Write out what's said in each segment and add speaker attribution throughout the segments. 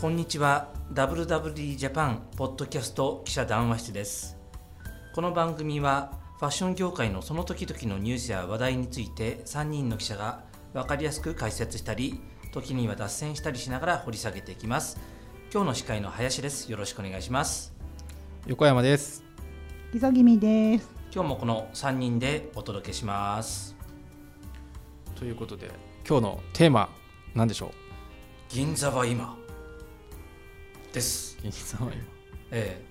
Speaker 1: こんにちは WWD ジャパンポッドキャスト記者談話室ですこの番組はファッション業界のその時々のニュースや話題について3人の記者が分かりやすく解説したり時には脱線したりしながら掘り下げていきます今日の司会の林ですよろしくお願いします
Speaker 2: 横山です。
Speaker 3: ギザ気味です。
Speaker 1: 今日もこの3人でお届けします
Speaker 2: ということで今日のテーマなんでしょう。
Speaker 1: 銀座は今です
Speaker 2: 銀座は今
Speaker 1: ええ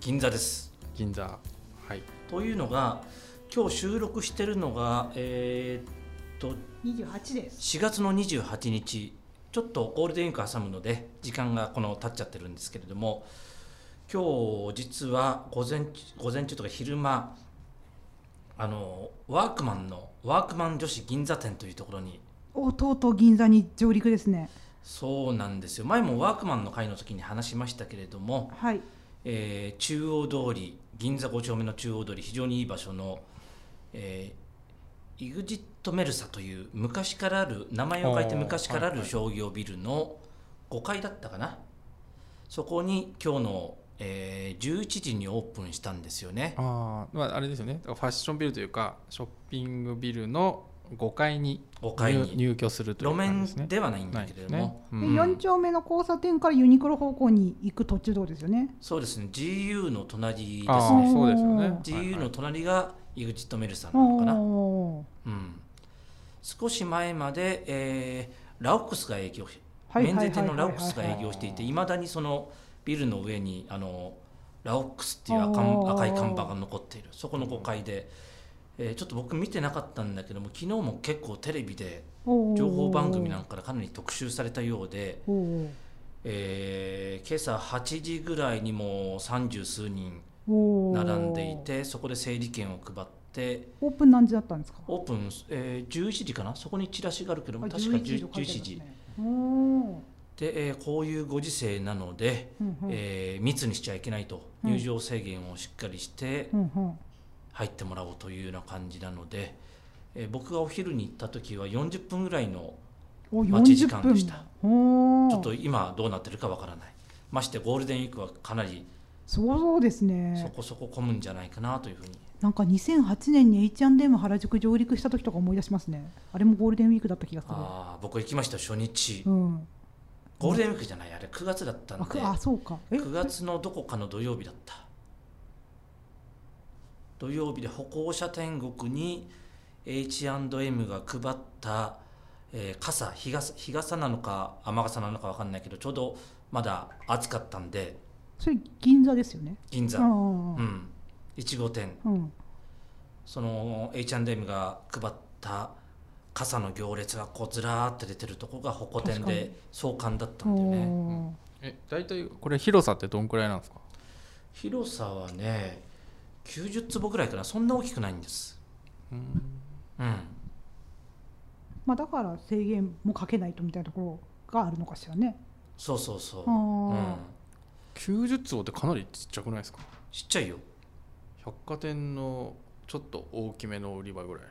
Speaker 1: 銀座です
Speaker 2: 銀座はい
Speaker 1: というのが今日収録してるのが、えーっと
Speaker 3: 二十八です。
Speaker 1: 4月の28日ちょっとゴールデンウィーク挟むので時間がこの経っちゃってるんですけれども今日実は午前午前中とか昼間あのワークマンのワークマン女子銀座店というところに
Speaker 3: おとうとう銀座に上陸ですね。
Speaker 1: そうなんですよ前もワークマンの会の時に話しましたけれども、
Speaker 3: はい。
Speaker 1: えー中央通り銀座5丁目の中央通り非常にいい場所の、えー、イグジットメルサという昔からある名前を変えて
Speaker 2: あー
Speaker 1: 昔からあ
Speaker 2: はい
Speaker 1: る
Speaker 2: はい
Speaker 1: 商業ビルの5階だったかなそこに今日の、えー11時にオープンしたんですよね
Speaker 2: ああまああれですよねだからファッションビルというかショッピングビルの5階に
Speaker 1: 5階
Speaker 2: 入
Speaker 1: に
Speaker 2: 入居するとい
Speaker 1: 路
Speaker 2: う感じです
Speaker 1: 面
Speaker 2: ね。
Speaker 1: ではないんだけれども、
Speaker 2: ないですね
Speaker 3: で
Speaker 2: うん
Speaker 3: 四、丁目の交差点からユニクロ方向に行く途中道ですよね。
Speaker 1: そうですね GU の隣で
Speaker 2: あ
Speaker 1: す
Speaker 2: あ
Speaker 1: ね
Speaker 2: そうですよね。はい
Speaker 1: GU の隣がイグジットメルサなのかな、
Speaker 3: おお。
Speaker 1: うん、少し前まで、えーラオックスが営業し
Speaker 3: はいは
Speaker 1: 免
Speaker 3: いはいはい
Speaker 1: 税店
Speaker 3: はい
Speaker 1: のラオックスが営業していていまだにそのビルの上にあのラオックスっていう赤ん
Speaker 3: おー
Speaker 1: 赤い看板が残っているそこの5階で、えーちょっと僕見てなかったんだけども昨日も結構テレビで
Speaker 3: おー
Speaker 1: 情報番組なんかからかなり特集されたようで、
Speaker 3: おー
Speaker 1: えー今朝8時ぐらいにも三十数人
Speaker 3: おー
Speaker 1: 並んでい。てそこで整理券を配って。
Speaker 3: オープン何時だったんですか。
Speaker 1: オープン、えー11時かなそこにチラシがあるけども
Speaker 3: あ
Speaker 1: 確か10
Speaker 3: 11と書いてあり
Speaker 1: 11
Speaker 3: ます
Speaker 1: 時
Speaker 3: ね。おお。
Speaker 1: で、えーこういうご時世なので、
Speaker 3: うんうん
Speaker 1: えー密にしちゃいけないと
Speaker 3: うん
Speaker 1: 入場制限をしっかりして
Speaker 3: うんうん。
Speaker 1: 入ってもらおうというような感じなので、えー僕がお昼に行った時は40分ぐらいの
Speaker 3: お
Speaker 1: 待ち時間
Speaker 3: 40
Speaker 1: でした
Speaker 3: 分おお。
Speaker 1: ちょっと今どうなってるかわからないましてゴールデンウィークはかなり
Speaker 3: 想像です
Speaker 1: そ
Speaker 3: ね。
Speaker 1: こそこ混むんじゃないかなというふうに、
Speaker 3: なんか2008年に H&M 原宿上陸した時とか思い出しますね。あれもゴールデンウィークだった気がする。
Speaker 1: あー僕行きました初日、
Speaker 3: うん。
Speaker 1: ゴールデンウィークじゃないあれ9月だったん
Speaker 3: あ
Speaker 1: で
Speaker 3: くあそうかえ
Speaker 1: 9月のどこかの土曜日だった土曜日で歩行者天国に H&M が配った、えー傘日傘日傘なのか雨傘なのか分かんないけどちょうどまだ暑かったんで
Speaker 3: それ銀座ですよね
Speaker 1: 銀座
Speaker 3: ああ
Speaker 1: う
Speaker 3: うん
Speaker 1: ん1号店
Speaker 3: うん
Speaker 1: その H&M が配った傘の行列がこうずらーって出てるとこが歩行店
Speaker 3: 確か
Speaker 1: で
Speaker 3: に
Speaker 1: 壮観だった
Speaker 3: お
Speaker 1: んだよね
Speaker 3: ー
Speaker 2: え大体これ広さってどんくらいなんですか。
Speaker 1: 広さはね90坪ぐらいかなそんな大きくないんです
Speaker 2: うん
Speaker 1: うん、
Speaker 3: まあだから制限もかけないとみたいなところがあるのかしらね
Speaker 1: そうそうそう、
Speaker 3: あ
Speaker 1: う
Speaker 3: ー
Speaker 1: ん、
Speaker 2: 90坪ってかなりちっちゃくないですか。
Speaker 1: ちっちゃいよ
Speaker 2: 百貨店のちょっと大きめの売り場ぐらいの。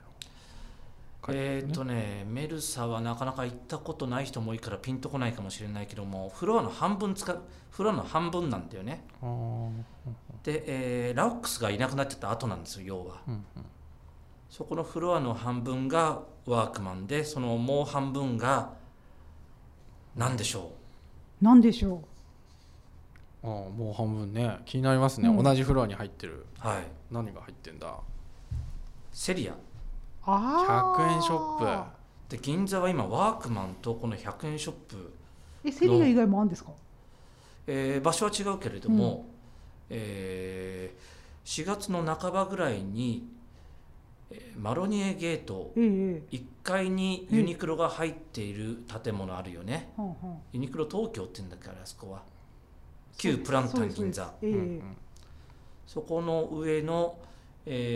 Speaker 1: えーっ、とねメルサはなかなか行ったことない人も多いからピンとこないかもしれないけどもフロアの半分使うフロアの半分なんだよね
Speaker 2: ああうん
Speaker 1: で、えーラオックスがいなくなっちゃった後なんですよ要は
Speaker 2: うん
Speaker 1: そこのフロアの半分がワークマンでそのもう半分が何でしょ
Speaker 3: なんでしょ
Speaker 2: ああもう半分ね気になりますね、
Speaker 3: うん
Speaker 2: 同じフロアに入ってる
Speaker 1: うはい
Speaker 2: 何が入ってんだ
Speaker 1: セリア
Speaker 3: うああ
Speaker 2: 100円ショッ
Speaker 1: で銀座は今ワークマンとこの100円ショップ
Speaker 3: えセリア以外もあるんですか
Speaker 1: えー場所は違うけれども、えー4月の半ばぐらいに、えーマロニエゲート
Speaker 3: ええええ
Speaker 1: 1階にユニクロが入っている建物あるよね、
Speaker 3: はんはん
Speaker 1: ユニクロ東京って言うんだっけあれあそこは旧プランタン銀座そ
Speaker 3: そうですそうですええ
Speaker 2: プ、
Speaker 3: ええ
Speaker 1: この上の、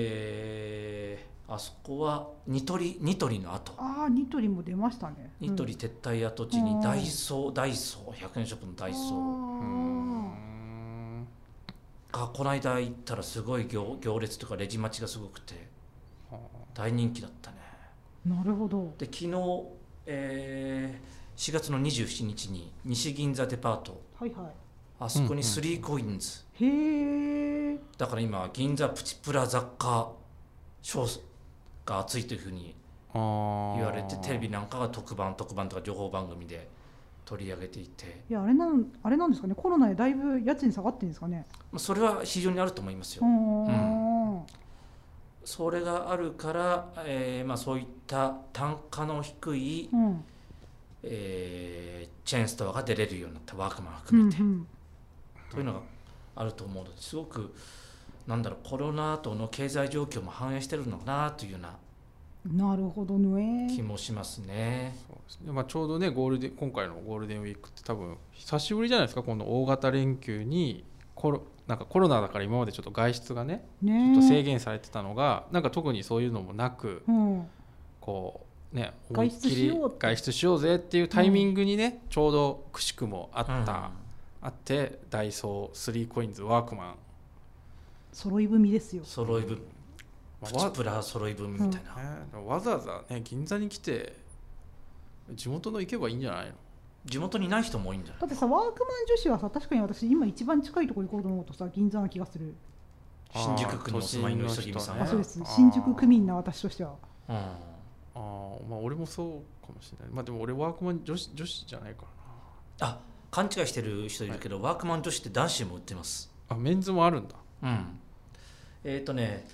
Speaker 1: えーあそこはニトリニトリの跡
Speaker 3: ああニトリも出ましたね
Speaker 1: ニトリ撤退跡地
Speaker 3: う
Speaker 1: に
Speaker 3: ん
Speaker 1: ダイソーダイソー100円ショップのダイソー
Speaker 2: う
Speaker 3: うんんあー
Speaker 2: うん
Speaker 1: がこの間行ったらすごい行行列とかレジ待ちがすごくて
Speaker 2: はあ
Speaker 1: 大人気だったね
Speaker 3: なるほど
Speaker 1: で昨日、えー4月の27日に西銀座デパート
Speaker 3: はいは
Speaker 1: あそこ
Speaker 2: うんうん
Speaker 1: にスリーコインズ
Speaker 3: い。へえ。
Speaker 1: だから今銀座プチプラ雑貨ショーが熱いというふうに
Speaker 2: 言
Speaker 1: 言われてテレビなんかが特番特番とか情報番組で取り上げていて、
Speaker 3: いやあれなんあれなんですかね。コロナでだいぶ家賃下がってるんですかね。
Speaker 1: まあ、それは非常にあると思いますよ
Speaker 3: あ。ー
Speaker 1: それがあるから、えーまあ、そういった単価の低い、
Speaker 3: うん。
Speaker 1: えーチェーンストアが出れるようになったワークマン
Speaker 3: うん
Speaker 1: 含
Speaker 3: う
Speaker 1: めて、
Speaker 3: ん。
Speaker 1: というのがあると思うのですごくなんだろうコロナとの経済状況も反映してるのかなというような
Speaker 3: なるほど
Speaker 1: 気
Speaker 3: ね。
Speaker 1: もしますね。
Speaker 2: そうですねまあ、ちょうどねゴールデン今回のゴールデンウィークって多分久しぶりじゃないですかこの大型連休にコロなんかコロナだから今までちょっと外出がねちょっ
Speaker 3: ねえ。
Speaker 2: と制限されてたのが、なんか特にそういうのもなく
Speaker 3: うん。
Speaker 2: こうね
Speaker 3: 外出しようって
Speaker 2: 思いっきり外出しようぜっていうタイミングにね、ちょうどくしくもあった、あってダイソースリーコインズワークマン、
Speaker 3: 揃い踏みですよ
Speaker 1: うん、。揃い分
Speaker 2: ま
Speaker 1: プ
Speaker 2: あわ
Speaker 1: チプラ揃い分みたいな、
Speaker 2: ねわざわざね銀座に来て地元の行けばいいんじゃないの
Speaker 1: 地元にない人も多いんじゃない
Speaker 3: だってさワークマン女子はさ確かに私今一番近いところ行こうと思うとさ銀座な気がする。
Speaker 1: 新宿区にお住まいの
Speaker 2: あー
Speaker 1: 磯君さん
Speaker 2: 都
Speaker 1: は
Speaker 3: あ
Speaker 2: 心の
Speaker 3: そうで
Speaker 2: 人
Speaker 3: す
Speaker 2: ね。
Speaker 3: 新宿区民な私としては。
Speaker 1: うん
Speaker 2: あーまあ俺もそうかもしれないまあでも俺ワークマン女子女子じゃないから
Speaker 1: あ勘違いしてる人いるけど、ワークマン女子って男子も売ってます
Speaker 2: なあメンズもあるんだ
Speaker 1: うんえっ、とね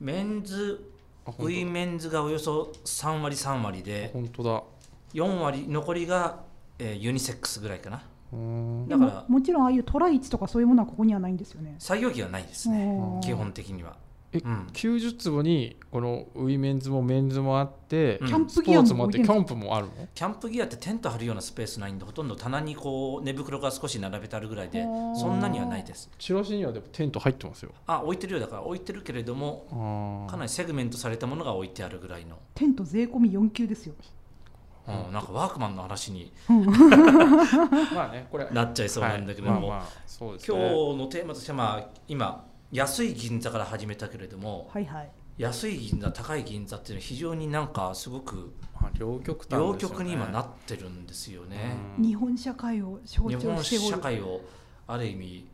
Speaker 1: メンズ
Speaker 2: あ
Speaker 1: ウ
Speaker 2: 本
Speaker 1: ィ
Speaker 2: 当
Speaker 1: メンズがおよそ3割3割
Speaker 2: だ
Speaker 1: で
Speaker 2: 本当だ
Speaker 1: 4割残りが、えーユニセックスぐらいかな
Speaker 2: うーん
Speaker 1: だから
Speaker 3: でももちろんああいうトライチとかそういうものはここにはないんですよね。
Speaker 1: 作業着はないですね
Speaker 3: うん
Speaker 1: 基本的には
Speaker 2: え
Speaker 1: うん、
Speaker 2: 90坪にこのウィメンズもメンズもあって、
Speaker 1: うん
Speaker 3: キャン
Speaker 2: ス
Speaker 3: プ
Speaker 2: ポ
Speaker 3: ギア
Speaker 2: ーツも
Speaker 3: も
Speaker 2: あっ
Speaker 3: 置い
Speaker 2: て
Speaker 3: て
Speaker 2: キ
Speaker 3: る
Speaker 2: ャ
Speaker 3: んですよ
Speaker 2: ンプもあるの
Speaker 1: キャンプギアってテント張るようなスペースないんでほとんど棚にこう寝袋が少し並べてあるぐらいで
Speaker 3: あー
Speaker 1: そんなにはないです
Speaker 2: チラシにはでもテント入ってますよ
Speaker 1: あ置いてるようだから置いてるけれども
Speaker 2: あ
Speaker 1: かなりセグメントされたものが置いてあるぐらいの、
Speaker 3: テント税込み4級ですよ。
Speaker 1: うんなんかワークマンの話に
Speaker 2: りまあねこれ
Speaker 1: なっちゃいそうなんだけども、
Speaker 2: はいまあまあそうですね
Speaker 1: 今日のテーマとしては、まあ、今安い銀座から始めたけれども
Speaker 3: はいはい。
Speaker 1: 安い銀座高い銀座っていうのは非常になんかすごく
Speaker 2: まあ両極端ですよね
Speaker 1: 両極に今なってるんですよね。
Speaker 2: うん
Speaker 3: 日本社会を象
Speaker 1: 日
Speaker 3: 徴
Speaker 1: 本
Speaker 3: して
Speaker 1: 社
Speaker 3: おる。
Speaker 1: 会をある意味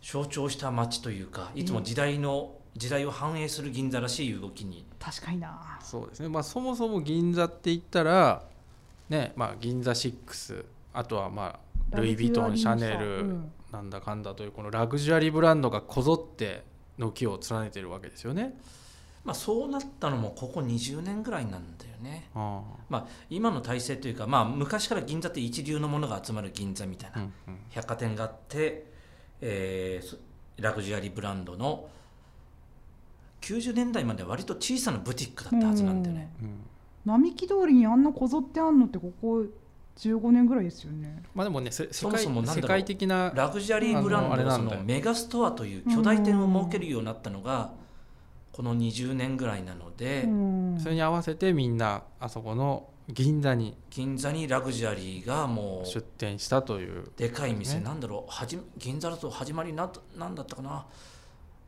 Speaker 1: 象徴した街というかいつも時代の、時代を反映する銀座らしい動きに
Speaker 3: 確かにな。
Speaker 2: そうですねまあそもそも銀座って言ったらねまあ銀座6あとはまあルイ・ヴィトンシャネル、
Speaker 3: うん
Speaker 2: なんだかんだというこのラグジュアリーブランドがこぞって軒を連ねてるわけですよね
Speaker 1: まあ、そうなったのもここ20年ぐらいなんだよね。
Speaker 2: あ
Speaker 1: まあ、今の体制というか、まあ、昔から銀座って一流のものが集まる銀座みたい
Speaker 2: あ、う
Speaker 1: なん
Speaker 2: うん
Speaker 1: 百貨店があって、えーそラグジュアリーブランドの90年代までは割と小さなブティックだったはずなんだよね。
Speaker 2: うん
Speaker 3: 並木通りにあんなこぞってあんのってここ15年ぐらいですよね。
Speaker 2: まあでもねせ世
Speaker 1: そも
Speaker 2: 界
Speaker 1: そもなんだろう
Speaker 2: 世界的な
Speaker 1: ラグジュアリーブラン
Speaker 2: あのあ
Speaker 1: ド
Speaker 2: れ
Speaker 1: の
Speaker 2: な
Speaker 1: そ
Speaker 2: んだよ
Speaker 1: のメガストアという巨大店を設けるようになったのがこの20年ぐらいなので、
Speaker 3: うん
Speaker 2: それに合わせてみんなあそこの銀座に
Speaker 1: 銀座にラグジュアリーがも
Speaker 2: 出
Speaker 1: う
Speaker 2: 店したという
Speaker 1: でかい店、
Speaker 2: ね
Speaker 1: なんだろうはじ銀座だと始まりななんだったかな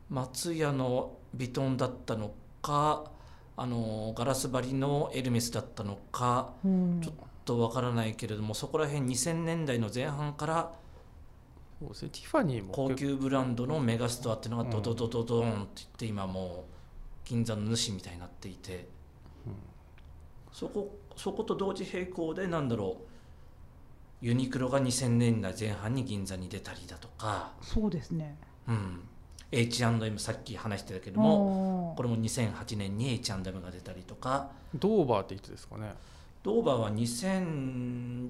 Speaker 1: 松屋のヴィトンだったのかあのガラス張りのエルメスだったのか
Speaker 3: うん
Speaker 1: ちょっとわからないけれどもそこら辺2000年代の前半から
Speaker 2: そうですねティファニーも
Speaker 1: 高
Speaker 2: 結
Speaker 1: 級ブランドのメガストアっていうのがドドドドドーンって言って今もう銀座の主みたいになっていて、そこそこと同時並行でなんだろうユニクロが2000年代前半に銀座に出たりだとか、
Speaker 3: そうですね。
Speaker 1: うん、H&M さっき話してたけども
Speaker 3: も
Speaker 1: これも2008年に H&M が出たりとか
Speaker 2: ドーバーっていつですかね
Speaker 1: ドーバーは2010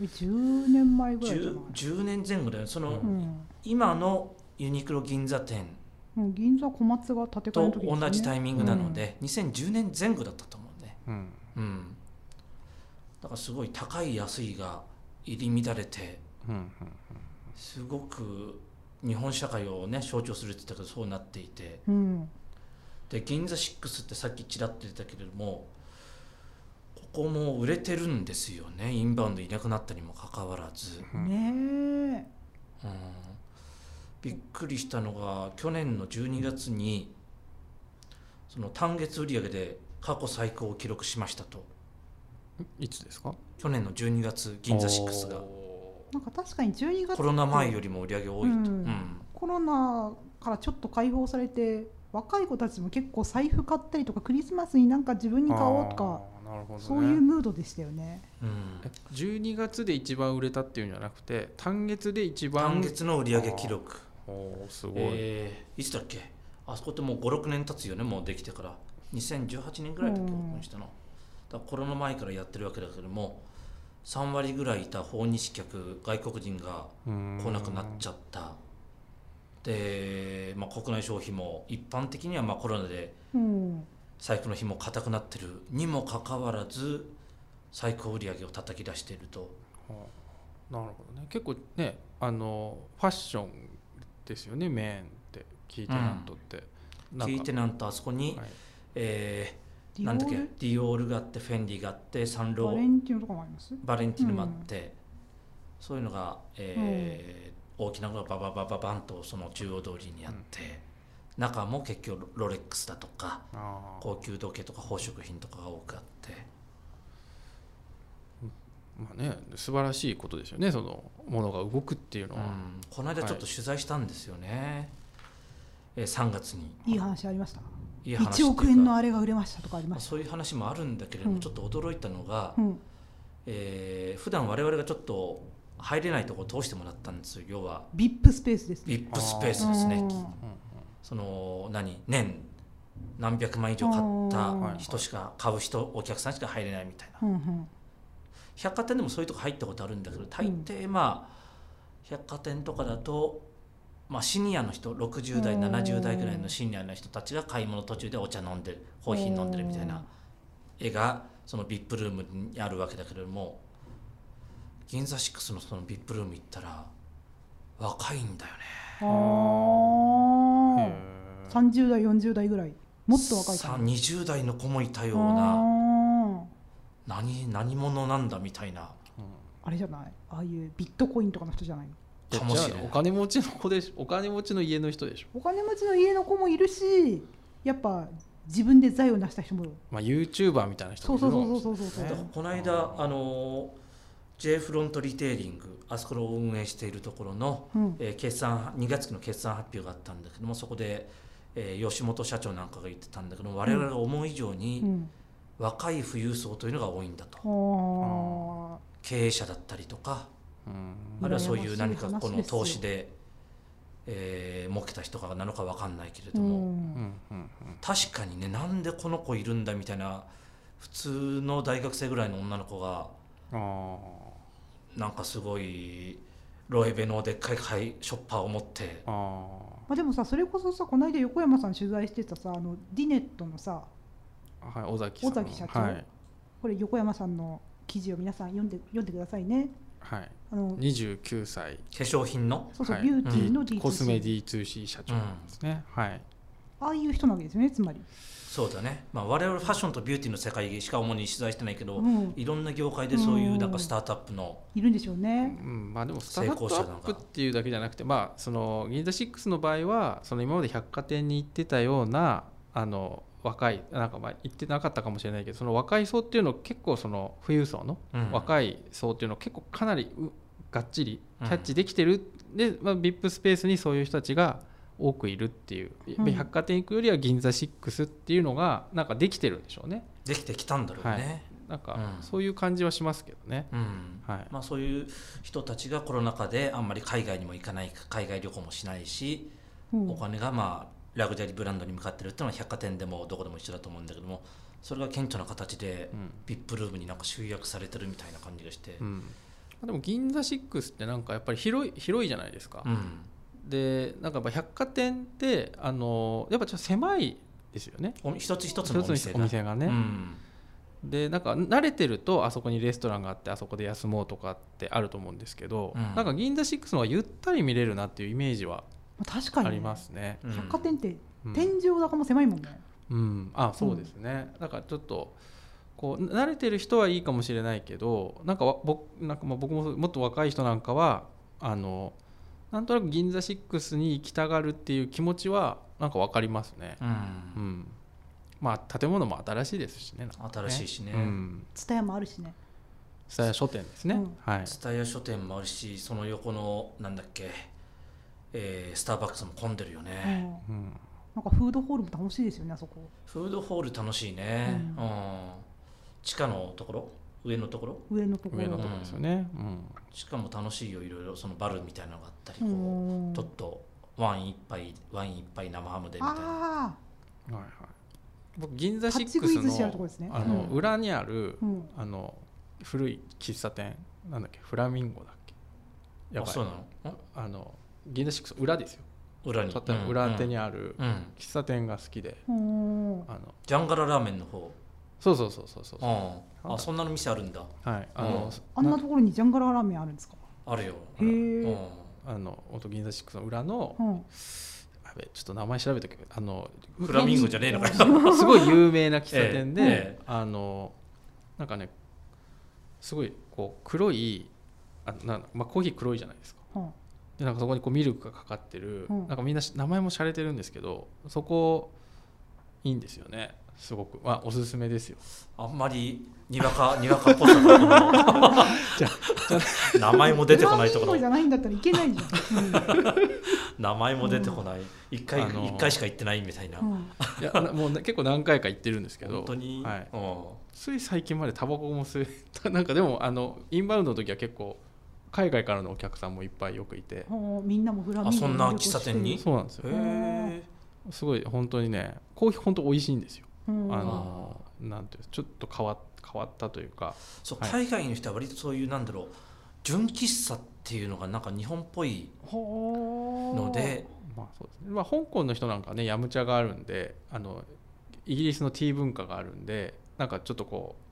Speaker 3: 10年前ぐらいじゃない。
Speaker 1: 10年前後だよねその、
Speaker 2: う
Speaker 3: うん
Speaker 1: 今のユニクロ銀座店
Speaker 3: うん、銀座小松が建て替え
Speaker 1: と
Speaker 3: の時ですね
Speaker 1: 同じタイミングなの、で、2010年前後だったと思うね
Speaker 2: うん
Speaker 1: うんだからすごい高い安いが入り乱れて
Speaker 2: うんうん
Speaker 1: すごく日本社会をね象徴するって言ったけどそうなっていて
Speaker 3: うんうん
Speaker 1: で銀座6ってさっきちらっと出たけれどもここも売れてるんですよねインバウンドいなくなったにもかかわらず、
Speaker 2: うん
Speaker 3: ね
Speaker 1: うん、びっくりしたのが去年の12月にその単月売上で過去最高を記録しましたと
Speaker 2: いつですか
Speaker 1: 去年の12月銀座6が
Speaker 2: お
Speaker 3: なんか確かに12月
Speaker 1: コロナ前よ
Speaker 3: り
Speaker 1: りも売り上げ多いと、う
Speaker 3: うんんコロナからちょっと解放されて若い子たちも結構財布買ったりとかクリスマスになんか自分
Speaker 2: ー
Speaker 3: に買おうとか
Speaker 2: あーなるほど、ね、
Speaker 3: そういうムードでしたよね
Speaker 1: うん
Speaker 2: え12月で一番売れたっていうんじゃなくて単月で一番
Speaker 1: 単月の売り上げ記録
Speaker 2: おーすごい、
Speaker 1: えーいつだっけあそこってもう56年経つよねもうできてから2018年ぐらいだっけ
Speaker 3: う
Speaker 1: オ
Speaker 3: ん
Speaker 1: ープンしたのだからコロナ前からやってるわけだけども3割ぐらいいた訪日客外国人が来
Speaker 2: 来
Speaker 1: なくなっちゃったで、まあ、国内消費も一般的にはまあコロナで
Speaker 3: うん
Speaker 1: 財布の紐硬くなってるにもかかわらず最高売り上げを叩き出していると
Speaker 2: はあなるほどね結構ねあのファッションですよねメーンって聞いてなんとって、なんか
Speaker 1: 聞いてなんとあそこに、
Speaker 2: はい
Speaker 1: え
Speaker 3: デ
Speaker 1: ー
Speaker 3: ィ
Speaker 1: なんだっ
Speaker 3: オ
Speaker 1: け
Speaker 3: ー
Speaker 1: デ
Speaker 3: ル
Speaker 1: ィオールがあってフェンディがあってサンロ
Speaker 3: バレ
Speaker 1: ー
Speaker 3: ンティーノとかもあります
Speaker 1: バレンティーノもあって、そういうのが、えー大きなのがバババババンとその中央通りにあって、中も結局ロレックスだとか
Speaker 2: ああ
Speaker 1: 高級時計とか宝飾品とかが多くあって
Speaker 2: まあね素晴らしいことですよねそのものが動くっていうの
Speaker 1: う
Speaker 2: は、
Speaker 1: ん、この間ちょっと取材したんですよね、えー3月に
Speaker 3: いい話ありました
Speaker 1: いい話ってい
Speaker 3: 1
Speaker 1: うか
Speaker 3: 億円のあれが売れましたとかあり
Speaker 1: ま
Speaker 3: ま
Speaker 1: あ
Speaker 3: し
Speaker 1: そういう話もあるんだけれども、
Speaker 3: うん
Speaker 1: ちょっと驚いたのが、
Speaker 3: た、うん、
Speaker 1: えー普段我々がちょっと入れないところを通してもらったんですよ要は
Speaker 3: VIP スペースですね
Speaker 1: VIP スペースですね
Speaker 3: うん
Speaker 2: うんうん
Speaker 1: その何年何百万以上買った人しか買う人お客さんしか入れないみたいな
Speaker 3: うんうん
Speaker 1: 百貨店でもそういうとこ入ったことあるんだけど大抵まあ百貨店とかだと、まあ、シニアの人60代
Speaker 3: うん
Speaker 1: 70代ぐらいのシニアの人たちが買い物途中でお茶飲んでるコーヒー飲んでるみたいな絵がその VIP ルームにあるわけだけれども銀座6のその VIP ルーム行ったら若いんだよね
Speaker 3: あ
Speaker 2: へ
Speaker 3: ー
Speaker 2: え
Speaker 3: 30代40代ぐらいもっと若い
Speaker 1: さ
Speaker 3: 感じ
Speaker 1: 20代の子もいたような。
Speaker 3: あー
Speaker 1: 何何者なんだみたいな
Speaker 3: あれじゃないああいうビットコインとかの人じゃない
Speaker 2: うん
Speaker 1: かもしれ
Speaker 2: じ
Speaker 1: な
Speaker 2: ゃ
Speaker 1: い
Speaker 2: あお金持ちの子でしお金持ちの家の人でしょ、
Speaker 3: お金持ちの家の子もいるしやっぱ自分で財を成した人も
Speaker 2: まあ、YouTuber みたいな人
Speaker 3: そ
Speaker 2: も
Speaker 3: う
Speaker 2: いる
Speaker 3: そう
Speaker 2: のか
Speaker 3: そ
Speaker 2: も
Speaker 3: う
Speaker 2: しれ
Speaker 3: そ
Speaker 2: ないう
Speaker 1: だか
Speaker 3: そうそう、
Speaker 1: らこの間あの J フロントリテイリングあそこを運営しているところの、
Speaker 3: うん、
Speaker 1: えー決算2月期の決算発表があったんだけどもそこで、えー吉本社長なんかが言ってたんだけども我々が思う以上
Speaker 3: う
Speaker 1: に
Speaker 3: ん、
Speaker 1: 若い富裕層というのが多いんだと、
Speaker 3: は
Speaker 1: 経営者だったりとか
Speaker 2: うん
Speaker 1: あるいはそういう
Speaker 3: 羨まし
Speaker 1: 何
Speaker 3: い
Speaker 1: か
Speaker 3: 話
Speaker 1: この投資
Speaker 3: で
Speaker 1: で、えー儲けた人がなのか分かんないけれ
Speaker 3: あ、
Speaker 1: ど
Speaker 3: う
Speaker 1: も、
Speaker 2: うん
Speaker 3: ん、
Speaker 2: うん
Speaker 1: 確かにねなんでこの子いるんだみたいな普通の大学生ぐらいの女の子が
Speaker 2: うんあ
Speaker 1: なんかすごいロエベのでっかい買いショッパーを持って
Speaker 2: ああ
Speaker 3: まあ、でもさそれこそさこの間横山さん取材してたさあのディネットのさ
Speaker 2: あはい尾崎さん
Speaker 3: 尾崎社長
Speaker 2: はい、
Speaker 3: これ横山さんの記事を皆さん読んで読んでくださいね
Speaker 2: はい、
Speaker 3: あの
Speaker 2: 29歳
Speaker 1: 化粧品の
Speaker 3: そうそう、
Speaker 2: はい
Speaker 3: ビューティーの D2C、
Speaker 2: コスメ D2C 社長なんですね、はい
Speaker 3: ああいう人なわけですよねつまり、
Speaker 1: そうだね、まあ、我々ファッションとビューティーの世界しか主に取材してないけど、
Speaker 3: うん、
Speaker 1: いろんな業界でそういう
Speaker 3: うん
Speaker 1: なんかスタートアップの
Speaker 3: いるんでしょう
Speaker 2: う
Speaker 3: ね、
Speaker 2: んまあ、でもスタ
Speaker 1: 成
Speaker 2: ー
Speaker 1: 功者
Speaker 2: ト
Speaker 1: な
Speaker 2: ア
Speaker 1: のか
Speaker 2: ップっていうだけじゃなくて、まあ、その銀座6の場合はその今まで百貨店に行ってたようなあの若いなんかまあ行ってなかったかもしれないけどその若い層っていうのを結構その富裕層の
Speaker 1: うん
Speaker 2: 若い層っていうのを結構かなりうがっちり
Speaker 1: う
Speaker 2: キ
Speaker 1: ん
Speaker 2: ャッチできてる、で、まあ、VIP スペースにそういう人たちが多くいるっていう、
Speaker 3: うん
Speaker 2: 百貨店行くよりは銀座6っていうのがなんかできてるんでしょうね
Speaker 1: できてきたんだろうね、
Speaker 2: なんか
Speaker 1: うん
Speaker 2: そういう感じはしますけどね、
Speaker 1: うん
Speaker 2: はい
Speaker 1: まあ、そういう人たちがコロナ禍であんまり海外にも行かない海外旅行もしないし
Speaker 3: うん
Speaker 1: お金がまあラグジュアリーブランドに向かってるっていうのは百貨店でもどこでも一緒だと思うんだけどもそれが顕著な形で
Speaker 2: うん
Speaker 1: VIP ルームになんか集約されてるみたいな感じがして、
Speaker 2: うんでも銀座6ってなんかやっぱり広い広いじゃないですか、
Speaker 1: うん
Speaker 2: でなんかやっぱ百貨店ってあのやっぱちょっと狭いですよね
Speaker 1: お一つ一つのお店
Speaker 2: 一つの
Speaker 1: が
Speaker 2: お店がね、
Speaker 1: うん
Speaker 2: でなんか慣れてるとあそこにレストランがあってあそこで休もうとかってあると思うんですけど、
Speaker 1: うん
Speaker 2: なんか銀座6の方がゆったり見れるなっていうイメージは
Speaker 3: まあ確かに
Speaker 2: あ
Speaker 3: ね
Speaker 2: りますね。
Speaker 1: うん
Speaker 3: 百貨店って
Speaker 2: うん
Speaker 3: 天井高も狭いもんね、
Speaker 2: うん、あそうですね、だからちょっとこう慣れてる人はいいかもしれないけどなんかわ僕なんかまあ僕ももっと若い人なんかはあのなんとなく銀座6に行きたがるっていう気持ちはなんか分かりますね。
Speaker 1: う
Speaker 2: うんんまあ、建物も新しいですしね
Speaker 1: 新しいしね
Speaker 2: うん、
Speaker 3: 蔦屋もあるしね
Speaker 2: 蔦屋書店ですね、
Speaker 3: うん
Speaker 2: はい
Speaker 1: 蔦屋書店もあるしその横のなんだっけ、えースターバックスも混んでるよ
Speaker 3: うん
Speaker 1: ね、
Speaker 2: うん、
Speaker 3: なんかフードホールも楽しいですよねあそこ
Speaker 1: フードホール楽しいね、う
Speaker 3: うん
Speaker 1: 地下のところ上のところ
Speaker 3: 上のところ
Speaker 2: 上のところですよね、うん
Speaker 1: 地下も楽しいよいろいろそのバルみたいなのがあったりこ
Speaker 3: う
Speaker 1: う、
Speaker 3: ん
Speaker 1: ちょっとワイン一杯ワイン一杯生ハムでみたいな
Speaker 3: あ
Speaker 2: はいはい、僕銀座
Speaker 3: あ
Speaker 2: シ
Speaker 3: 立
Speaker 2: ッ
Speaker 3: ち
Speaker 2: ク
Speaker 3: 食
Speaker 2: ス
Speaker 3: い寿司あると
Speaker 2: の
Speaker 3: ころですね
Speaker 2: あの、
Speaker 1: うん
Speaker 2: 裏にある、
Speaker 3: うんうん
Speaker 2: あの古い喫茶店なんだっけフラミンゴだっけや
Speaker 1: あ
Speaker 2: ばい
Speaker 1: そうなのん
Speaker 2: あの銀座シックス裏ですよ
Speaker 1: 裏に
Speaker 2: ちょっと裏手にある
Speaker 1: うん、うん
Speaker 2: 喫茶店が好きで、
Speaker 3: うん
Speaker 2: あの
Speaker 1: ジャンガララーメンの方
Speaker 2: そうそうそうそうそう
Speaker 1: う、ん、
Speaker 2: な
Speaker 1: あ
Speaker 2: んだ
Speaker 1: そんなの店あるんだ
Speaker 2: はいあの、
Speaker 3: あんな
Speaker 2: な
Speaker 3: ところにジャンガラーラーメンあるんですか
Speaker 1: あるよ、
Speaker 3: へえ
Speaker 1: うん、
Speaker 2: あの音銀座シックスの裏の、
Speaker 3: うん
Speaker 2: やべちょっと名前調べとけばあの
Speaker 1: フラミンゴじゃねえのかよ
Speaker 2: すごい有名な喫茶店で、
Speaker 1: ええええ
Speaker 2: あのなんかねすごいこう黒いあなんだまあ、コーヒー黒いじゃないですか
Speaker 3: うん
Speaker 2: でなんかそこにこうミルクがかかってる、
Speaker 3: うん
Speaker 2: なんかみんなし名前も洒落てるんですけどそこいいんですよねすごく、まあ、おすすめですよ
Speaker 1: あんまりにわか にわかっぽさが
Speaker 2: じゃ
Speaker 1: 名前も出てこないとこ
Speaker 3: フラミンゴじ
Speaker 1: ろ
Speaker 3: ゃないんだったらいけないじゃん、
Speaker 1: 名前も出てこない一回
Speaker 2: あの
Speaker 1: 一回しか行ってないみたいな
Speaker 3: うんうん
Speaker 2: いやなもうね結構何回か行ってるんですけど
Speaker 1: 本当に、
Speaker 2: はい、
Speaker 1: う
Speaker 2: つい最近までタバコも吸え たなんかでもあのインバウンドの時は結構海外からのお客さんもいっぱいよくいて、
Speaker 3: ほうみんなもフラミンゴ
Speaker 1: あそんな喫茶店に
Speaker 2: そうなんですよ
Speaker 1: んへえ
Speaker 2: すごい本当にねコーヒー本当美味しいんですよ、
Speaker 3: うん
Speaker 2: あのなんていうちょっと変わ変わったというか
Speaker 1: そう
Speaker 2: はい
Speaker 1: 海外の人は割とそういうなんだろう純喫茶っていうのがなんか日本っぽい
Speaker 3: ほう
Speaker 1: ので
Speaker 2: まあそうですねまあ、香港の人なんかねヤムチャがあるんであのイギリスのティー文化があるんでなんかちょっとこう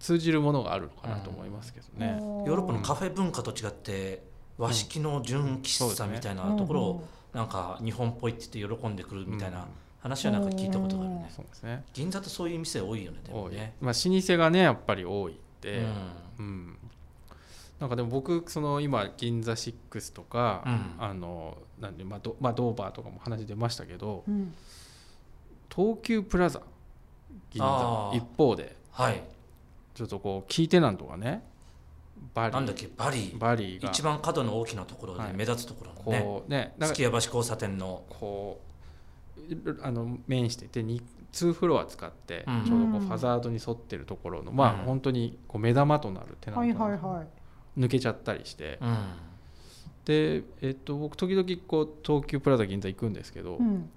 Speaker 2: 通じるものがあるのかなと思いますけどね、
Speaker 1: ヨ
Speaker 3: ヨ
Speaker 1: ーロッパのカフェ文化と違って和式の純喫茶みたいなところをなんか日本っぽいって言って喜んでくるみたいな話はなんか聞いたことがある
Speaker 2: うん
Speaker 1: ね
Speaker 2: そうですね
Speaker 1: 銀座ってそういう店多いよねでも
Speaker 2: 多い、
Speaker 1: ね
Speaker 2: まあ、老舗がねやっぱり多いって、
Speaker 1: うん
Speaker 2: うん、なんかでも僕その今銀座6とか、
Speaker 1: うん
Speaker 2: あのなんで、まあ、ドまあドーバーとかも話出ましたけど
Speaker 3: うん
Speaker 2: 東急プラザ銀
Speaker 1: あー
Speaker 2: 座一方で
Speaker 1: はい
Speaker 2: ちょっとこう聞いてなんとかねバリ
Speaker 1: なんだっけバリ
Speaker 2: バリが
Speaker 1: 一番角の大きなところで
Speaker 2: はい
Speaker 1: 目立つところのね
Speaker 2: こうねなんか
Speaker 1: 月屋橋交差点の
Speaker 2: こういろいろあの面しててに2フロア使って
Speaker 1: うん
Speaker 2: ちょうどこうファザードに沿ってるところの、ま
Speaker 1: うん
Speaker 2: あ本当にこう目玉となるテナ
Speaker 3: は
Speaker 2: ン
Speaker 3: い
Speaker 2: ト
Speaker 3: はい
Speaker 2: が
Speaker 3: はい
Speaker 2: 抜けちゃったりして、
Speaker 1: うん
Speaker 2: で、えっと、僕時々こう東急プラザ銀座行くんですけど、
Speaker 3: う
Speaker 2: ま
Speaker 3: ん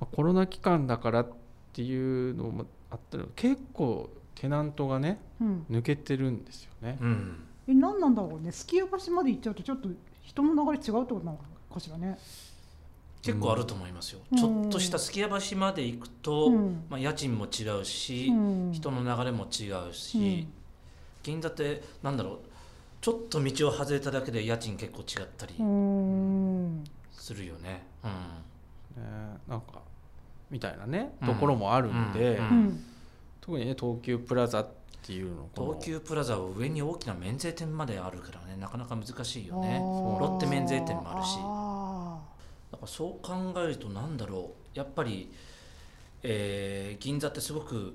Speaker 2: あコロナ期間だからっていうのもあったの結構テナントがね
Speaker 3: うん
Speaker 2: 抜けてるんですよね。
Speaker 1: うん
Speaker 3: え何なんだろうねスキー橋まで行っちゃうとちょっと人の流れ違うってことなのかしらね
Speaker 1: 結構あると思いますよ、
Speaker 3: うん
Speaker 1: ちょっとした月屋橋まで行くと、
Speaker 3: うん
Speaker 1: まあ、家賃も違うし、
Speaker 3: うん
Speaker 1: 人の流れも違うし、
Speaker 3: うん
Speaker 1: 銀座ってなんだろうちょっと道を外れただけで家賃結構違ったり
Speaker 3: うーん
Speaker 1: するよね、うん
Speaker 2: ねなんかみたいなね
Speaker 1: うん
Speaker 2: ところもあるんで、
Speaker 1: うん
Speaker 3: うん
Speaker 2: 特にね東急プラザっていうのこの
Speaker 1: 東急プラザは上に大きな免税店まであるからねなかなか難しいよ
Speaker 3: あ
Speaker 1: ね
Speaker 3: ー
Speaker 1: ロッテ免税店もあるし
Speaker 3: あ
Speaker 1: だからそう考えるとなんだろうやっぱり、えー銀座ってすごく